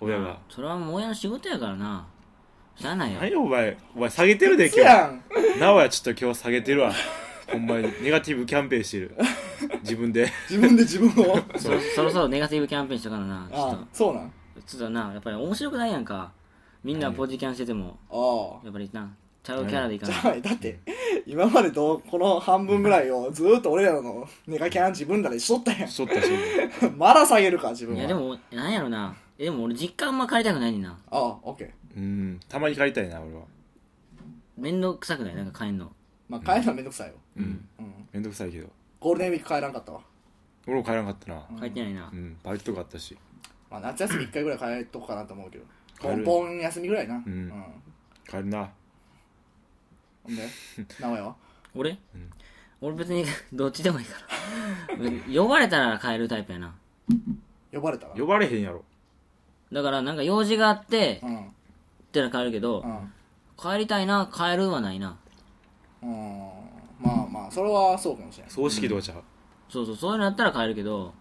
Speaker 2: 親が
Speaker 1: それはもう親の仕事やからなしゃあないよ
Speaker 2: 何やお前お前下げてるで
Speaker 3: せ
Speaker 2: 今日
Speaker 3: やん
Speaker 2: なおやちょっと今日下げてるわほんまにネガティブキャンペーンしてる自分で
Speaker 3: 自分で自分を
Speaker 1: そそろそろネガティブキャンペーンしとかななちょっ
Speaker 3: あそうなんあ
Speaker 1: とちょっとなやっぱり面白くないやんかみんなポジキャンしてても
Speaker 3: あ
Speaker 1: やっぱりなちゃうキャラでいか
Speaker 3: じ
Speaker 1: ない
Speaker 3: ゃあだって今までとこの半分ぐらいをずーっと俺らのネガキャン自分らでしとったや
Speaker 2: しとったし
Speaker 3: んまだ下げるか自分
Speaker 1: い
Speaker 3: は
Speaker 1: やでもなんやろなえでも俺実家あんま帰りたくないねんな
Speaker 3: ああオッケー
Speaker 2: うんたまに帰りたいな俺は
Speaker 1: 面倒くさくないなんか帰んの
Speaker 3: まあ帰るのめんどくさいよ
Speaker 2: うん
Speaker 3: うん
Speaker 2: めんどくさいけど
Speaker 3: ゴールデンウィーク帰らんかったわ
Speaker 2: 俺も帰らんかったな
Speaker 1: 帰ってないな、
Speaker 2: うんバイトとかあったし
Speaker 3: まあ夏休み1回ぐらい帰っとこうかなと思うけど
Speaker 2: 帰
Speaker 3: ポ
Speaker 2: る
Speaker 3: ンポン休みぐらいなうん
Speaker 2: 帰るな
Speaker 3: ほんで名古屋は
Speaker 1: 俺、俺別に どっちでもいいから呼ばれたら帰るタイプやな
Speaker 3: 呼ばれたら
Speaker 2: 呼ばれへんやろ
Speaker 1: だからなんか用事があって、
Speaker 3: う
Speaker 1: っ
Speaker 3: ん
Speaker 1: てのは帰るけど
Speaker 3: う、ん
Speaker 1: 帰りたいな帰るはないな
Speaker 3: うんまあまあそれはそうかもしれない
Speaker 2: 葬式どうちゃう
Speaker 1: そうそうそういうのやったら帰るけど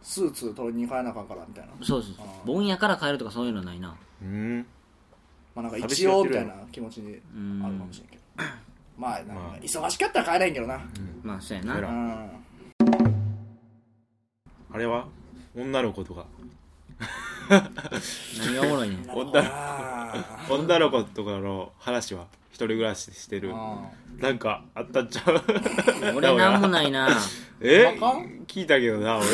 Speaker 3: スーツ取りに帰らなあかんからみたいな
Speaker 1: そうそうそう盆やから帰るとかそういうのはないな
Speaker 2: うん
Speaker 3: まあなんか一応みたいな気持ちに
Speaker 1: ん
Speaker 3: あるかもしれんけどまあなん
Speaker 2: まあ
Speaker 3: か忙しかったら帰れんけどな
Speaker 1: まあそうや
Speaker 2: 偉
Speaker 1: ない
Speaker 3: うん
Speaker 2: あれは女の子とか
Speaker 1: 何がおもろいねん
Speaker 2: 女の
Speaker 3: あ
Speaker 2: 女の子とかの話は一人暮らししてる
Speaker 3: あ
Speaker 2: なんかあったんちゃう
Speaker 1: 俺なんもないな
Speaker 2: え
Speaker 3: あかん
Speaker 2: 聞いたけどな俺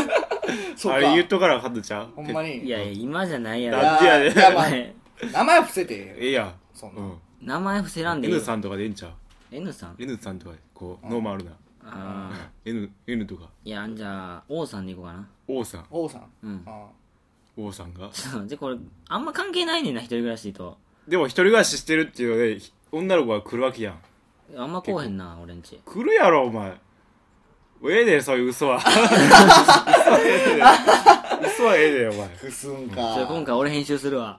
Speaker 3: そう
Speaker 2: あれ言っ
Speaker 3: か
Speaker 2: とからカットちゃう
Speaker 3: ほんま
Speaker 1: い
Speaker 3: に
Speaker 1: やいや今じゃないや
Speaker 2: いや
Speaker 1: ろ
Speaker 2: あっちやで
Speaker 3: いやまあ
Speaker 1: 前
Speaker 3: 名前は伏せてええ
Speaker 2: ええやん
Speaker 3: そん
Speaker 2: う
Speaker 3: なん
Speaker 1: 名前伏せらんでいい
Speaker 2: N
Speaker 1: よ
Speaker 2: さんとかでええんちゃう
Speaker 1: N さん
Speaker 2: N さんとかでこうノーマルな
Speaker 1: ああ
Speaker 2: N, N とか
Speaker 1: いやじゃあ O さんでいこうかな
Speaker 2: O さん
Speaker 3: 王さん
Speaker 1: うん
Speaker 3: あ
Speaker 2: O さんが
Speaker 1: じゃあこれあんま関係ないねんな一人暮らしと
Speaker 2: でも一人暮らししてるっていうのでひ女の子が来るわけやん
Speaker 1: あんまこうへんな俺んち
Speaker 2: 来るやろお前ええでそういう嘘は 嘘はええで嘘はええでお前
Speaker 3: くすん
Speaker 1: それ今
Speaker 3: か
Speaker 1: 回俺編集するわ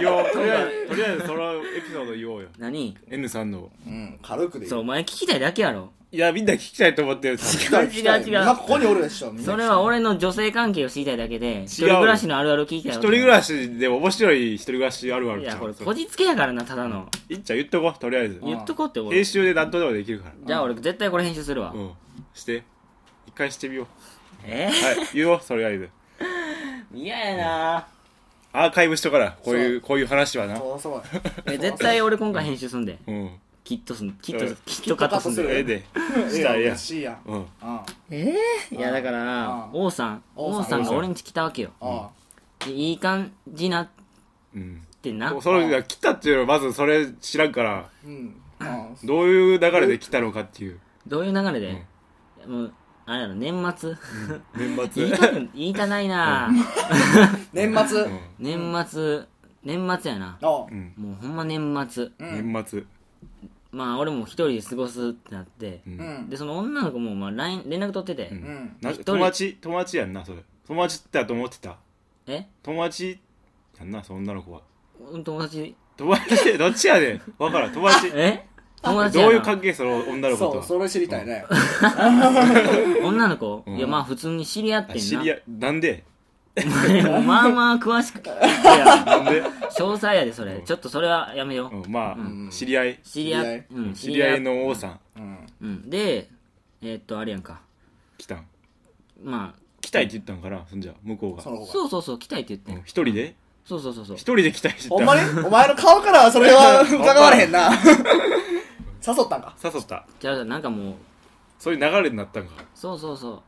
Speaker 2: 言おうとりあえずとりあえずそのエピソード言おうよ
Speaker 1: 何
Speaker 2: N さんの
Speaker 3: うん軽くでいい
Speaker 1: そうお前聞きたいだけやろ
Speaker 2: いやみんな聞きたいと思ってる
Speaker 3: 違う違う
Speaker 1: 違う違う
Speaker 3: 今ここにおるでしょみんな
Speaker 1: それは俺の女性関係を知りたいだけで一人暮らしのあるある聞きたいわ
Speaker 2: 一人
Speaker 1: け
Speaker 2: 暮らしで面白い一人暮らしあるある
Speaker 1: い
Speaker 2: ちゃ
Speaker 1: や
Speaker 2: ん
Speaker 1: これ
Speaker 2: そ
Speaker 1: こじつけやからなただの
Speaker 2: いっちゃん言っとこうとりあえず
Speaker 3: ん
Speaker 1: 言っとこうって思う
Speaker 2: 編集で何とでもできるか
Speaker 1: じゃあ俺絶対これ編集するわ
Speaker 2: らうんして一回してみよう
Speaker 1: え
Speaker 2: はい言おうとりあえず
Speaker 1: ー嫌やな
Speaker 2: アーカイブしとからこういうこういう話はな
Speaker 3: そうそう
Speaker 1: え絶対俺今回編集すんで
Speaker 2: うん
Speaker 1: きっとすんきっ
Speaker 2: うん
Speaker 1: ときっとカットすん
Speaker 3: きっとカットする
Speaker 1: で
Speaker 2: ええで
Speaker 3: ええ
Speaker 2: したらええ
Speaker 3: や
Speaker 2: や
Speaker 3: ん
Speaker 2: ん
Speaker 3: しいやん
Speaker 2: うん
Speaker 3: あ
Speaker 1: ええいやだから
Speaker 3: うん
Speaker 1: 王さん
Speaker 3: 王さん
Speaker 1: 王さんが俺に来たわけよ
Speaker 3: あ
Speaker 1: でいい感じなっ
Speaker 2: うん
Speaker 1: てな
Speaker 2: それが来たっていうのはまずそれ知らんから
Speaker 3: うんあ
Speaker 2: どういう流れで来たのかっていう
Speaker 1: どういう流れで、もうあれやろ年末
Speaker 2: 年末
Speaker 1: 言いたく言いたないな
Speaker 3: 年末
Speaker 2: うん
Speaker 1: 年末年末やな
Speaker 3: あ
Speaker 2: うん
Speaker 1: もうほんま年末
Speaker 3: うん
Speaker 2: 年末
Speaker 1: まあ俺も一人で過ごすってなって
Speaker 2: う、ん
Speaker 3: うん
Speaker 1: でその女の子もまあ LINE 連絡取ってて、
Speaker 2: うん
Speaker 3: ん
Speaker 2: な
Speaker 1: 人
Speaker 2: 友達友達やんなそれ友達だと思ってた
Speaker 1: え
Speaker 2: 友達やんなその女の子は
Speaker 1: うん友達
Speaker 2: 友達 どっちやねん分からん友達
Speaker 1: え友達や
Speaker 2: ど
Speaker 1: な
Speaker 2: ういう関係その女の子と
Speaker 3: そう
Speaker 2: は
Speaker 3: それ知りたいね
Speaker 1: 女の子、
Speaker 2: うん
Speaker 1: いやまあ普通に知り合ってんな
Speaker 2: 知り合いなんで
Speaker 1: まあまあ詳 しく聞くや
Speaker 2: なんで、
Speaker 1: ん詳細やでそれ、
Speaker 2: うん
Speaker 1: ちょっとそれはやめよう、
Speaker 2: うん、まあ、
Speaker 3: ん
Speaker 2: 知り合い
Speaker 1: 知り合い、うん、
Speaker 2: 知り合いの王さん
Speaker 3: うん
Speaker 1: うんでえーっとあれやんか
Speaker 2: 来たん
Speaker 1: まあ
Speaker 2: 来たいって言ったんかなそんじゃ向こう
Speaker 3: そ
Speaker 2: が
Speaker 3: の子が
Speaker 1: そうそうそう来たいって言って
Speaker 2: うん
Speaker 1: ん、
Speaker 2: 一人で
Speaker 1: そうそうそうそう
Speaker 2: 一人で来たいって
Speaker 3: ほん
Speaker 2: 言っ
Speaker 3: ま
Speaker 2: た
Speaker 3: にお前の顔からはそれ は疑われへんな誘ったんか
Speaker 2: 誘った
Speaker 1: じゃあなんかもう
Speaker 2: そういう流れになったんか
Speaker 1: そうそうそう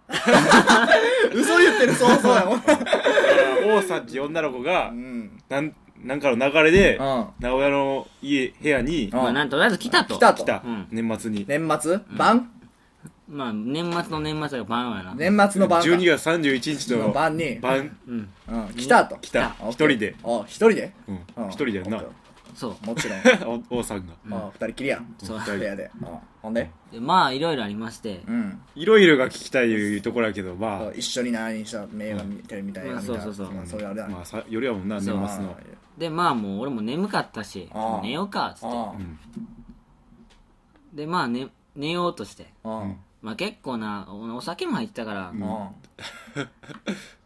Speaker 3: 嘘言ってるそうそうやもん
Speaker 2: 王さんっていう女の子が
Speaker 3: うん
Speaker 2: なんなんかの流れで
Speaker 3: うん
Speaker 2: 名古屋の家部屋に
Speaker 3: うん
Speaker 1: まあなんとりあえず来たと
Speaker 3: 来た
Speaker 2: 来
Speaker 3: と
Speaker 2: た、
Speaker 1: うん
Speaker 2: 年末に
Speaker 3: 年末晩
Speaker 1: まあ年末の年末が晩やな、
Speaker 3: 年末の晩か
Speaker 2: 12月31日
Speaker 3: の
Speaker 2: の
Speaker 3: 晩に
Speaker 2: 晩
Speaker 1: うん
Speaker 3: うん来たと
Speaker 2: 来た
Speaker 3: あ
Speaker 2: 一人で
Speaker 3: あ一人で
Speaker 2: うん
Speaker 3: うん
Speaker 2: 一人でやんな
Speaker 1: そう
Speaker 3: も ちろん
Speaker 2: お 王さんが
Speaker 3: あ二人きりやん
Speaker 1: そう
Speaker 3: 部屋でうんほんで
Speaker 1: でまあいろいろありまして、
Speaker 3: うん
Speaker 2: いろいろが聞きたいいうところやけど
Speaker 3: そ
Speaker 2: ま
Speaker 3: う一緒に何した映画見てるみたいな、
Speaker 1: うんそうそうそう
Speaker 3: まあそれあれだ
Speaker 2: あ
Speaker 3: ね、
Speaker 2: まあさよりはもんな年
Speaker 1: そ
Speaker 2: 末
Speaker 1: う
Speaker 2: の
Speaker 1: でまあもう俺も眠かったし
Speaker 3: あー
Speaker 1: 寝ようかっつって
Speaker 3: あ
Speaker 1: でまあ、ね、寝ようとして
Speaker 3: ああ
Speaker 1: まあ結構なおお酒も入ってたから、
Speaker 3: ああ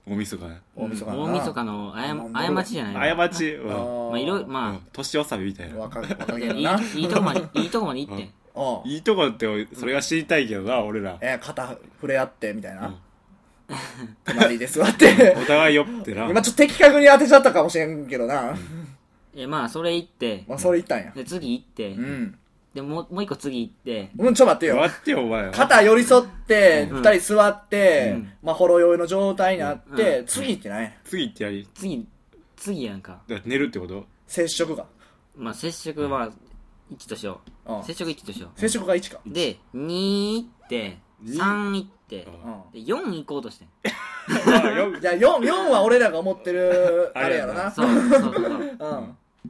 Speaker 2: 大晦日ね
Speaker 3: 大晦日
Speaker 1: 大晦日のあや
Speaker 3: うん
Speaker 1: 過ちじゃない
Speaker 2: 過ちは
Speaker 1: まあいろいろ
Speaker 2: う
Speaker 1: ま
Speaker 2: ん年納めみたい
Speaker 3: あ
Speaker 2: な
Speaker 3: 若若
Speaker 1: あ
Speaker 3: 気
Speaker 1: い
Speaker 3: の
Speaker 1: や
Speaker 3: ない
Speaker 1: いいいとこまで いいとこまで行ってん
Speaker 3: ああ
Speaker 2: いいとこってそれが知りたいけどな俺ら
Speaker 3: え肩触れ合ってみたいな、
Speaker 2: うん
Speaker 3: 隣で座って
Speaker 2: お互いよっ てな
Speaker 3: 今ちょっと的確に当てちゃったかもしれんけどな
Speaker 1: えまあそれ行っ て
Speaker 3: まあそれ言ったんや
Speaker 1: で次行って、
Speaker 3: うん
Speaker 1: でもうもう一個次行って
Speaker 3: うんちょっと待ってよ
Speaker 2: 待ってよお前
Speaker 3: 肩寄り添って
Speaker 1: うん
Speaker 3: 二人座って、
Speaker 1: うん
Speaker 3: まあほろ酔いの状態になって、
Speaker 1: う
Speaker 3: 次って何や
Speaker 2: 次行ってやり
Speaker 1: 次次やんか
Speaker 2: だから寝るってこと
Speaker 3: 接触が
Speaker 1: まあ接触は1としよう、
Speaker 3: うん
Speaker 1: 接触1としよ
Speaker 3: 接触が1か
Speaker 1: うで2行って
Speaker 2: 二
Speaker 1: 3行って
Speaker 2: あ
Speaker 3: うん
Speaker 1: で4行こうとしてん
Speaker 2: あよ
Speaker 3: じゃあ 4, 4は俺らが思ってるあれやろな
Speaker 1: そうそうそう そう
Speaker 3: うん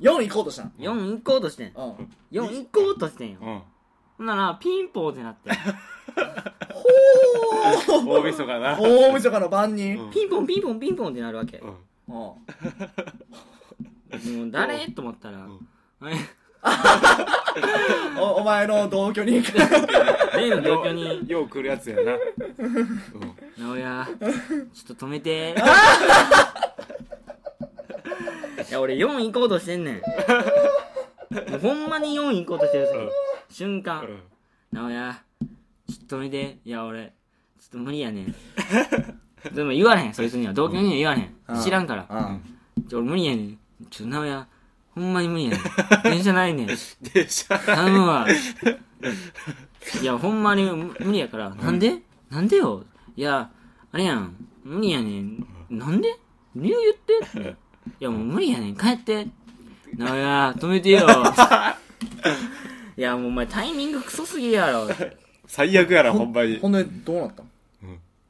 Speaker 3: 4行こうとしたん
Speaker 1: 4行こうとしてん
Speaker 3: うん
Speaker 1: 4行こうとしてんよ
Speaker 2: うん
Speaker 1: ほんならピンポーってなって
Speaker 3: おそう
Speaker 2: 大晦日 な。
Speaker 3: 大晦日の晩に、
Speaker 2: うん
Speaker 1: ピンポンピンポンピンポンってなるわけ
Speaker 2: う。ん
Speaker 3: もう
Speaker 1: もう誰と思ったら
Speaker 2: ん、
Speaker 1: あれ
Speaker 3: おお前の同居人から
Speaker 1: 例の同居
Speaker 2: よ
Speaker 1: に
Speaker 2: う、よう来るやつやな。うん
Speaker 1: 「直哉ちょっと止めて」 いや俺4行こうとしてん ねんもうほんまに4行こうとしてるその瞬間
Speaker 2: うん
Speaker 1: 直哉ちょっと止めていや俺ちょっと無理やねんでも言われへんそいつには同居人には言われへん知らんから
Speaker 3: うん
Speaker 1: ちょ俺無理やねんちょ直哉ほんまに無理やねん電車ないねん
Speaker 2: で、しゃ
Speaker 1: 頼むわいやほんまに無無理やから、なんでなんでよいやあれやん無理やねんなんで理由言っていやもう無理やねん帰ってなあや止めて よいやもうお前タイミングクソすぎやろ
Speaker 2: 最悪やな、ほんまに。
Speaker 3: ほんでどうなったん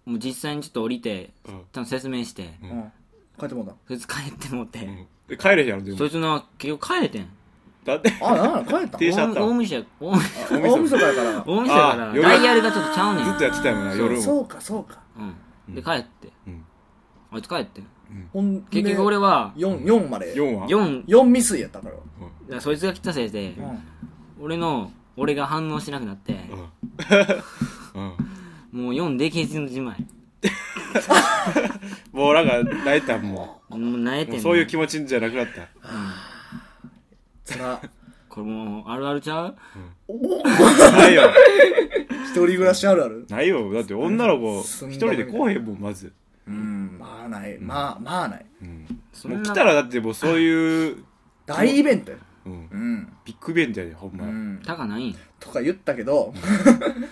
Speaker 1: もう実際にちょっと降りて
Speaker 2: うん
Speaker 1: 多分説明して
Speaker 2: ん
Speaker 3: うん帰ってもうた
Speaker 1: そいつ帰ってもって、
Speaker 2: うんで帰れへんやろ、で
Speaker 1: そ
Speaker 2: も
Speaker 1: い。つな結局帰れてん
Speaker 2: だって、
Speaker 3: あなんなん帰ったん
Speaker 2: 停車あった
Speaker 1: 大大晦日大
Speaker 3: 大晦日やから
Speaker 1: 大晦日やから
Speaker 2: あ夜
Speaker 1: ダイヤルがちょっとちゃうねん
Speaker 2: ずっとやってたよな、夜
Speaker 3: そ
Speaker 2: も。
Speaker 3: うかそうか
Speaker 1: うん、で帰って、
Speaker 2: うん
Speaker 1: あいつ帰ってん
Speaker 3: ほんで
Speaker 1: 結局俺は
Speaker 3: 4 4まで
Speaker 2: 4は
Speaker 1: 4
Speaker 3: 4未遂やったから
Speaker 1: そいつが来たせいで
Speaker 3: うん
Speaker 1: 俺の俺が反応しなくなって
Speaker 2: うん。うん
Speaker 1: もう4でケチのじまい
Speaker 2: もうなんか、泣いたも
Speaker 1: もう慣れ
Speaker 2: う。
Speaker 1: てん
Speaker 2: もう
Speaker 1: の
Speaker 2: そういう気持ちじゃなくなった。
Speaker 3: つら
Speaker 1: これもうあるあるちゃう
Speaker 2: ないよ。
Speaker 3: 一人暮らしあるある
Speaker 2: ないよ。だって女の子、
Speaker 3: すん
Speaker 2: 一
Speaker 3: だ
Speaker 2: 人で来おへんもん、まず。
Speaker 3: うんまあないまあまあない
Speaker 2: うん。
Speaker 1: そ
Speaker 2: も
Speaker 1: ん
Speaker 2: う
Speaker 1: な
Speaker 2: 来たらだってもうそういう、
Speaker 3: 大イベントや
Speaker 2: うん
Speaker 3: うん
Speaker 2: ビッグイベントやで、ほん
Speaker 3: う
Speaker 2: ま。
Speaker 3: ん
Speaker 1: たかないん
Speaker 3: とか言ったけど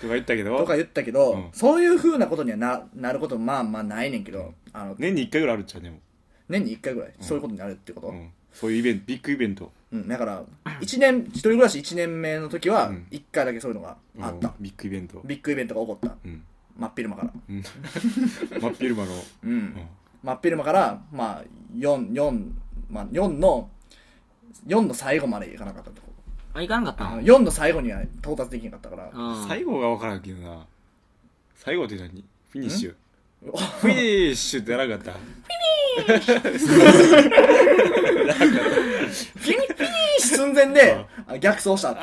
Speaker 2: とか言ったけ
Speaker 3: と
Speaker 2: ど
Speaker 3: か、言ったけど、
Speaker 2: うん
Speaker 3: そういうふうなことにはななることまあまあないねんけどあの、
Speaker 2: 年に一回ぐらいあるっちゃうね、も
Speaker 3: 年に1回ぐらいそういうことになるってこと、
Speaker 2: う。
Speaker 3: う
Speaker 2: うんん。そういうイベント、ビッグイベント。
Speaker 3: だから一年一人暮らし1年目の時は
Speaker 2: うん
Speaker 3: 1回だけそういうのがあった、
Speaker 2: うんビッグイベント。
Speaker 3: ビッグイベントが起こった
Speaker 2: うん。
Speaker 3: 真っ昼間から
Speaker 2: うん真っ昼間の。
Speaker 3: うん、
Speaker 2: うん
Speaker 3: 真っ昼間からまあ44、まあ、4の4の最後までいかなかったとこ
Speaker 1: あ行かなかったん
Speaker 3: 4の最後には到達できなかったから
Speaker 1: あ
Speaker 2: 最
Speaker 1: 後
Speaker 2: 後が分からんけどな最後って何フィニッシュフィニッシュってなかった
Speaker 3: 寸前であ逆走したって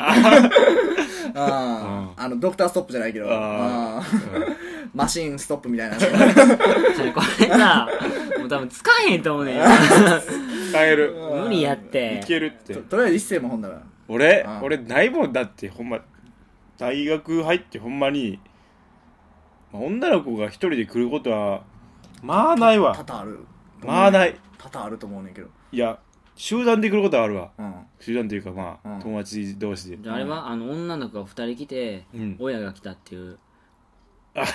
Speaker 3: ああのドクターストップじゃないけど
Speaker 2: あ
Speaker 3: あーマシンストップみたいな
Speaker 1: それこれさもう多分つかへんと思うねん
Speaker 2: 使える
Speaker 1: 無理やって
Speaker 2: いけるって
Speaker 3: ととりあえず一斉もほんだら
Speaker 2: 俺
Speaker 3: うん
Speaker 2: 俺ないもんだってほんま大学入ってほんまにまあ女の子が一人で来ることはまあない
Speaker 3: 多
Speaker 2: わ
Speaker 3: 々ある
Speaker 2: まあ
Speaker 3: い
Speaker 2: ない
Speaker 3: 多々あると思うねんけど
Speaker 2: いや集団で来ることはあるわ
Speaker 3: うん
Speaker 2: 集団というかまあ
Speaker 3: うん
Speaker 2: 友達同士で
Speaker 1: じゃああれはあの女の子が2人来て、
Speaker 2: うん
Speaker 1: 親が来たっていう
Speaker 3: ちょっ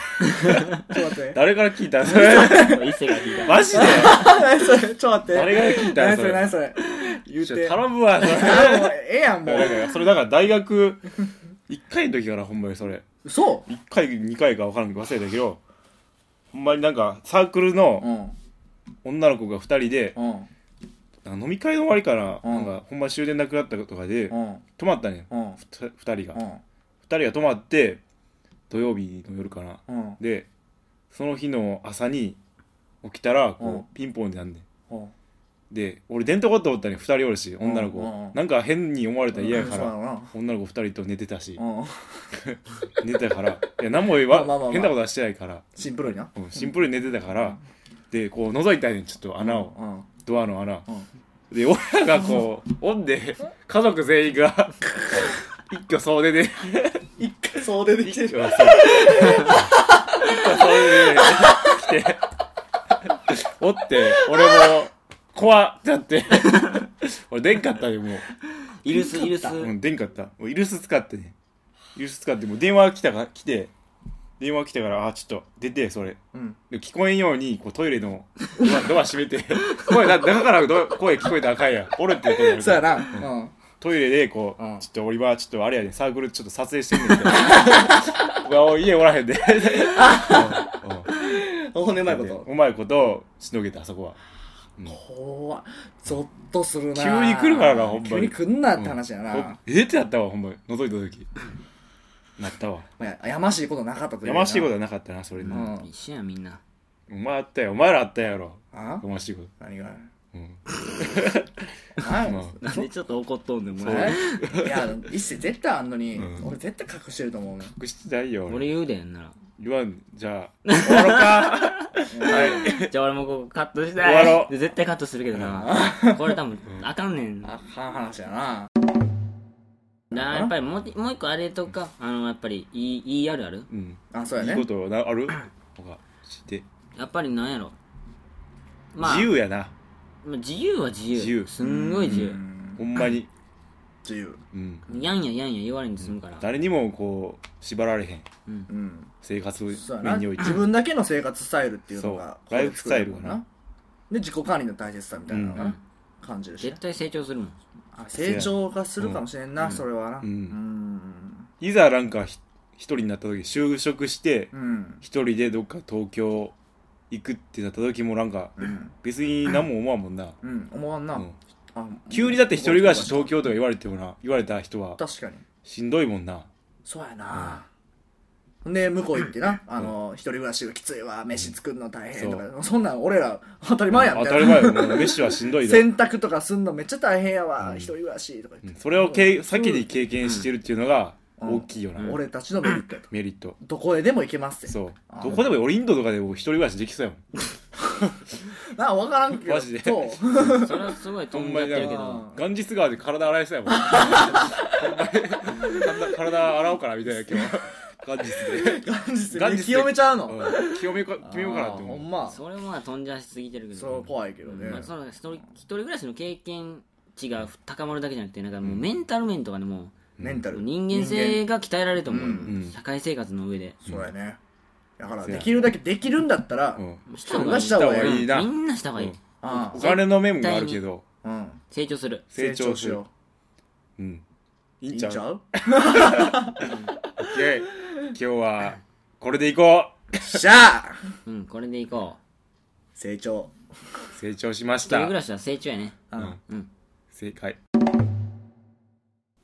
Speaker 3: と待って
Speaker 2: 誰から聞いたんそれ
Speaker 1: 一世が 聞いた
Speaker 2: マジで
Speaker 3: 何それちょっと待って
Speaker 2: 誰が聞いたん
Speaker 3: 何そ
Speaker 2: それ
Speaker 3: れ何それ言う
Speaker 2: ちょ
Speaker 3: て
Speaker 2: 頼むわそれ
Speaker 3: あもうええやんも
Speaker 2: だか
Speaker 3: う
Speaker 2: らそれだから大学1回の時からほんまにそれ
Speaker 3: そ
Speaker 2: 1回2回か分からんけど忘れたけどほんまになんかサークルの
Speaker 3: ううん
Speaker 2: 女の子が2人で
Speaker 3: うん
Speaker 2: なんか飲み会の終わりから
Speaker 3: うん
Speaker 2: なんかほんま終電なくなったとかで
Speaker 3: うん
Speaker 2: 泊まったね
Speaker 3: うんうん
Speaker 2: 2人が2人が泊まって土曜日の夜かな
Speaker 3: うん
Speaker 2: でその日の朝に起きたら
Speaker 3: うん
Speaker 2: こうピンポンってなんねん
Speaker 3: うん
Speaker 2: で俺出んとこって思ったね2人おるし女の子
Speaker 3: うんうんうん
Speaker 2: なんか変に思われたら嫌やか
Speaker 3: そう
Speaker 2: ら
Speaker 3: ろな
Speaker 2: 女の子2人と寝てたし
Speaker 3: うん
Speaker 2: 寝てたからいや何も言
Speaker 3: まあまあまあま
Speaker 2: わ
Speaker 3: あ
Speaker 2: 変なことはしてないから
Speaker 3: シンプルにな
Speaker 2: うんシンプルに寝てたからでこう覗いたんやねんちょっと穴を
Speaker 3: うん
Speaker 2: ドアの穴
Speaker 3: うん
Speaker 2: で親がこうおんで家族全員が一挙総出で
Speaker 3: 一回総出でき
Speaker 2: 一
Speaker 3: て
Speaker 2: 挙
Speaker 3: る
Speaker 2: 総出で来ておって俺も怖っってなって俺出んかったでも
Speaker 1: イルスイルス
Speaker 2: う、うん、出んかったもうイルス使ってねイルス使ってもう電話来たか来て電話来たからあちょっと出てそれ
Speaker 3: うん
Speaker 2: で聞こえんようにこうトイレの ドアドア閉めて声な中からど声聞こえたらあかんやんおるってことになる
Speaker 3: そう
Speaker 2: か
Speaker 3: や
Speaker 2: ら
Speaker 3: なうん
Speaker 2: トイレでこう、
Speaker 3: うん
Speaker 2: ちょっと俺はちょっとあれやで、サークルちょっと撮影してんねんけど 俺は家おら へんでうん
Speaker 3: ほんでうまいこ
Speaker 2: うん
Speaker 3: と
Speaker 2: うまいことしのげたあそこは
Speaker 3: 怖っゾッとするな
Speaker 2: 急に来るからなほんまに
Speaker 3: 急に来んなって話やな
Speaker 2: うんえってなったわほんまに覗いた時なったわ
Speaker 3: まあ、やましいことなかったという
Speaker 2: やましいこと
Speaker 3: と
Speaker 2: はなかったなそれに、
Speaker 3: う
Speaker 2: お
Speaker 3: ん
Speaker 1: 一緒やみんな
Speaker 2: 前あったよお前らあったやろ
Speaker 3: あ
Speaker 2: やましいこと
Speaker 3: 何が
Speaker 2: うん
Speaker 3: 何
Speaker 2: ま
Speaker 1: なんでちょっと怒っとんねんお前
Speaker 3: えいや一世絶対あんのに、
Speaker 2: うん
Speaker 3: 俺絶対隠してると思うね
Speaker 2: 隠してないよ
Speaker 1: 俺
Speaker 2: 俺
Speaker 1: 言うでん な
Speaker 2: 言わんじゃあ終わろうかはい
Speaker 1: らじゃあ俺もここカットしたい
Speaker 2: 終わろう
Speaker 1: で絶対カットするけどなこれ多分あかんねんな
Speaker 3: あかん話やな
Speaker 1: やっぱりもうもう一個あれとかあのやっぱりいいいいあるある
Speaker 2: うん
Speaker 3: あそうや
Speaker 2: いい
Speaker 3: ね
Speaker 2: ことなある他知って
Speaker 1: やっぱりなんやろまあ
Speaker 2: 自由やな
Speaker 1: まあ自由は自由
Speaker 2: 自由
Speaker 1: すんごい自由
Speaker 3: うん
Speaker 2: ほんまに
Speaker 3: 自由
Speaker 2: うん
Speaker 1: やんややんや言われんで済むから
Speaker 2: 誰にもこう縛られへん
Speaker 3: うん
Speaker 2: 生活
Speaker 3: そうやな
Speaker 2: 面において
Speaker 3: 自分だけの生活スタイルっていうのが
Speaker 2: そうライフスタイルか
Speaker 3: か
Speaker 2: な
Speaker 3: で自己管理の大切さみたいなのが
Speaker 1: う
Speaker 3: なん感じるしね
Speaker 1: 絶対成長する もん
Speaker 3: あ成長がするかもしれんな、
Speaker 2: うん
Speaker 3: それはな
Speaker 2: う
Speaker 3: うんん
Speaker 2: いざなんかひ一人になった時就職して
Speaker 3: うん
Speaker 2: 一人でどっか東京行くってなった時もなんか
Speaker 3: うん、
Speaker 2: 別に何も思わんもんな、
Speaker 3: うん、思わんな、
Speaker 2: うん
Speaker 3: あ
Speaker 2: 急にだって一人暮らし東京とか言われてもな言われた人は
Speaker 3: 確かに
Speaker 2: しんどいもんな
Speaker 3: そうやな、で向こう行ってな、あの一人暮らしがきついわ飯作るの大変とか、そんなん俺ら当たり前やん
Speaker 2: 当
Speaker 3: み
Speaker 2: た
Speaker 3: たい
Speaker 2: り
Speaker 3: な
Speaker 2: 前よもう飯はしん どいだ
Speaker 3: 洗濯とかすんのめっちゃ大変やわ、
Speaker 2: うん
Speaker 3: 一人暮らしとか言って、
Speaker 2: それをけい先に経験してるっていうのが大きいよな、
Speaker 1: うん
Speaker 3: 俺たちのメリットやと
Speaker 2: メリット
Speaker 3: どこへでも行けますって
Speaker 2: そう
Speaker 3: あ
Speaker 2: どこでも俺インドとかでも一人暮らしできそうやもん
Speaker 3: なあ分からんけど
Speaker 2: マジで
Speaker 3: そう
Speaker 1: それはすごい飛
Speaker 2: ほん
Speaker 1: ん
Speaker 2: ま
Speaker 1: じゃっ
Speaker 2: に
Speaker 1: てるけ
Speaker 3: ほんまに
Speaker 1: ど
Speaker 3: な
Speaker 2: ガンジス川で体洗えそうやも んほんまに体体洗おうかなみたいな今日ガンジスで
Speaker 3: 感じす
Speaker 2: ガン
Speaker 3: る
Speaker 2: ジスで
Speaker 3: 清めちゃうの、
Speaker 2: うん清めか決めようかなっ
Speaker 3: あ
Speaker 2: て
Speaker 3: ーほん
Speaker 2: 思う
Speaker 3: ま
Speaker 1: それもまあ飛んじゃしすぎてるけど
Speaker 3: そう怖いけどね、
Speaker 1: まあ、その一人一人暮らしの経験値が高まるだけじゃなくてなんかもうメンタル面とかでも
Speaker 3: メンタル
Speaker 1: 人間性が鍛えられると思う、
Speaker 3: うん
Speaker 1: 社会生活の上で
Speaker 3: そうやねだから
Speaker 2: そうや
Speaker 3: できるだけできるんだったら、
Speaker 2: うん
Speaker 1: した方
Speaker 3: 人
Speaker 1: が
Speaker 3: が
Speaker 1: い
Speaker 3: した方がいい
Speaker 2: いいな
Speaker 1: みんなした方がいい、
Speaker 2: うん
Speaker 3: あ
Speaker 2: お金の面もあるけど
Speaker 3: あうん
Speaker 1: 成長する
Speaker 2: 成長し
Speaker 3: しよ
Speaker 2: よううんい
Speaker 3: い
Speaker 2: い
Speaker 3: い
Speaker 2: ん
Speaker 3: ん
Speaker 2: ち
Speaker 3: ち
Speaker 2: ゃう
Speaker 3: ゃう
Speaker 2: オッケー今日はこれでいこ
Speaker 3: しゃあ
Speaker 1: うんこれでいこう
Speaker 3: 成長
Speaker 2: う成長しまし
Speaker 1: 一人
Speaker 2: た
Speaker 1: 暮らしは成長やね
Speaker 3: う
Speaker 2: うん
Speaker 3: ん
Speaker 1: うん
Speaker 2: 正解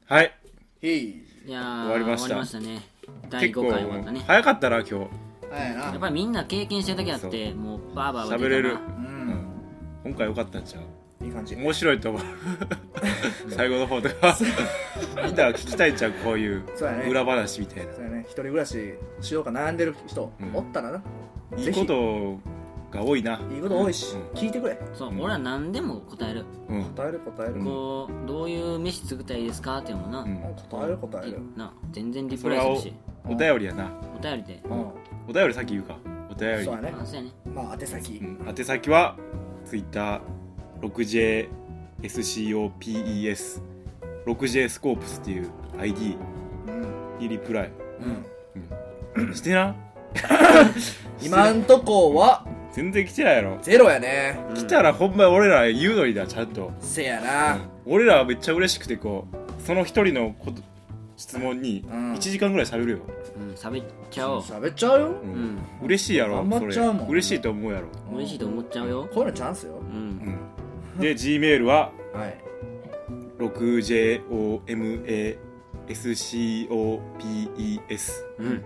Speaker 2: はい
Speaker 3: へい
Speaker 1: いやー
Speaker 2: 終わりました
Speaker 1: 終わりましたね第
Speaker 2: 結構
Speaker 1: 5回終わったね
Speaker 2: 早かったな今日
Speaker 3: はい
Speaker 1: やっ
Speaker 3: な
Speaker 1: ぱりみんな経験してるだけあってもうバーバーは
Speaker 2: 喋れる
Speaker 3: う
Speaker 2: うんん今回良かったんちゃう
Speaker 3: いい感じ
Speaker 2: 面白 いと思う最後の方とかみんな聞きたいじゃんこういう
Speaker 3: そうやね
Speaker 2: 裏話みたいな
Speaker 3: そうやね一人暮らししようか悩んでる人
Speaker 2: うん
Speaker 3: おったらな、
Speaker 2: いいことが多いな
Speaker 3: といいこと多いし、
Speaker 2: うん
Speaker 3: 聞いてくれ
Speaker 1: そう俺は何でも答える、
Speaker 2: うん
Speaker 3: 答える答える、
Speaker 2: うん
Speaker 1: こうどういう飯作ったらいいですかっていうのもな、
Speaker 2: うん
Speaker 3: 答える答える、
Speaker 1: な全然リプライするし
Speaker 2: お便りやな
Speaker 1: お便りで
Speaker 3: うん
Speaker 2: お便り先言うかお便り
Speaker 3: そうやね
Speaker 1: あそうやね
Speaker 3: まあ宛先、
Speaker 2: うん宛先は Twitter6JSCOPES 6J スコープスっていう ID
Speaker 3: うん
Speaker 2: にリプライ、
Speaker 3: うん、
Speaker 2: うん、してな
Speaker 3: 今んとこは
Speaker 2: 全然来てないやろ
Speaker 3: ゼロやね
Speaker 2: 来たらほんま俺ら言うのにだちゃんと
Speaker 3: せやな
Speaker 2: 俺らはめっちゃ嬉しくてこうその一人のこと質問に
Speaker 3: うん
Speaker 2: 1時間ぐらい喋るよ、
Speaker 1: うん喋っちゃおう
Speaker 3: 喋っちゃうよ
Speaker 2: う
Speaker 1: うんん
Speaker 2: 嬉しいやろ
Speaker 3: 頑張
Speaker 2: そ
Speaker 3: っ
Speaker 2: れ
Speaker 3: ちゃうもん
Speaker 2: 嬉しいと思うやろ、
Speaker 1: 嬉しいと思っちゃうよ
Speaker 3: こういうのチャンスよ
Speaker 1: うん
Speaker 2: うん、で G メールは
Speaker 3: はい
Speaker 2: 6JOMASCOPES
Speaker 1: うん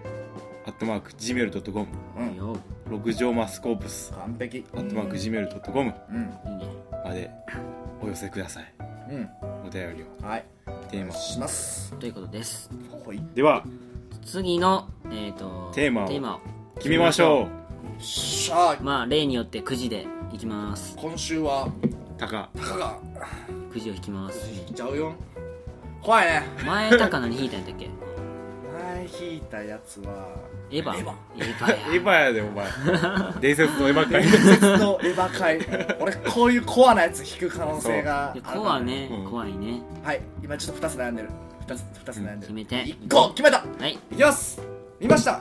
Speaker 2: アットマーク Gmail.com
Speaker 3: うん
Speaker 1: よ
Speaker 2: 六条マスコープス
Speaker 3: 完璧
Speaker 2: アットマーク Gmail.com
Speaker 3: うん
Speaker 1: いいね
Speaker 2: までお寄せくださいお便りを
Speaker 3: うんはい
Speaker 2: テーマ
Speaker 3: します
Speaker 1: ということです
Speaker 3: ほい
Speaker 2: では
Speaker 1: 次のえっと
Speaker 2: テーマを
Speaker 1: テーマを
Speaker 2: 決めましょ
Speaker 3: しゃあ
Speaker 1: まあ例によってくじでいきます
Speaker 3: 今週は
Speaker 2: うタカ
Speaker 3: タカが
Speaker 1: くじを引きます
Speaker 3: 引いちゃうよ怖いね
Speaker 1: 前高菜に引いたんやったっけ
Speaker 3: 前引いたやつは
Speaker 1: エヴァ
Speaker 3: エ
Speaker 1: エ
Speaker 3: ヴ
Speaker 1: ヴ
Speaker 2: エ
Speaker 1: ァや
Speaker 2: ヴァやでお前伝説のエヴァ界
Speaker 3: 伝説のエヴァ界 俺こういうコアなやつ引く可能性があ
Speaker 1: で
Speaker 3: る
Speaker 1: コアね
Speaker 2: うん
Speaker 1: 怖いね
Speaker 3: はい今ちょっと2つ悩んでる2つ2つ悩んで
Speaker 1: 決
Speaker 3: る
Speaker 1: めて
Speaker 3: 1個決めた
Speaker 1: はい
Speaker 3: いきます見ました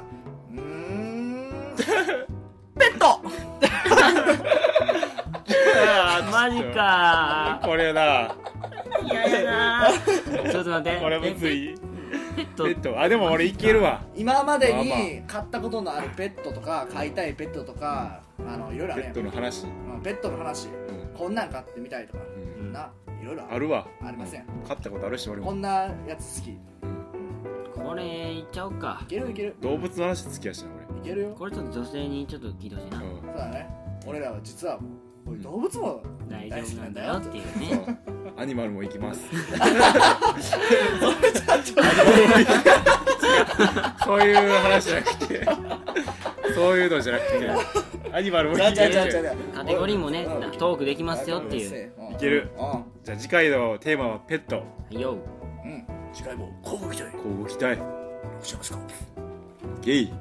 Speaker 3: うーんペット
Speaker 1: マジか
Speaker 2: これな
Speaker 1: ー嫌やなーちょっと待って
Speaker 2: これむず
Speaker 1: え
Speaker 2: い
Speaker 1: ペッ
Speaker 2: ペ
Speaker 1: ト
Speaker 2: ットあでも俺いけるわ
Speaker 3: 今まで
Speaker 2: まあ
Speaker 3: に買ったことのあるペットとか飼いたいペットとかあのいろいろあ
Speaker 2: ペ
Speaker 3: るや
Speaker 2: ッ
Speaker 3: ん
Speaker 2: トの話
Speaker 3: うんペットの話こんなん飼ってみたいとか
Speaker 2: うん
Speaker 3: ないろいろ
Speaker 2: あるわ
Speaker 3: ありません
Speaker 2: 勝ったことあるし俺
Speaker 3: こ
Speaker 2: も
Speaker 3: んなやつ好き
Speaker 2: うん
Speaker 1: ここれいっちゃおうか
Speaker 3: いけるいける
Speaker 2: 動物の話付き合いしたの俺
Speaker 3: いけるよ
Speaker 1: これちょっと女性にちょっと聞いてほしいな
Speaker 2: うん
Speaker 3: そうだね俺らは実はもうこういう動物も
Speaker 1: 大
Speaker 3: 大好
Speaker 1: 丈
Speaker 3: き
Speaker 1: 夫
Speaker 3: な
Speaker 1: なんん
Speaker 3: だ
Speaker 1: だ
Speaker 3: よ
Speaker 1: よ
Speaker 3: っ
Speaker 1: ってていうね
Speaker 2: アニマルも行きますそういう話じゃなくてそういうのじゃ なくてアニマルも行きます
Speaker 1: カテゴリーもね
Speaker 3: うん
Speaker 1: トークできますよっていう
Speaker 3: う
Speaker 2: いける
Speaker 3: うん
Speaker 2: じゃあ次回のテーマはペット
Speaker 1: よう
Speaker 3: うん次回も乞うご期待
Speaker 2: こう動きたい
Speaker 3: しますか
Speaker 2: ゲイ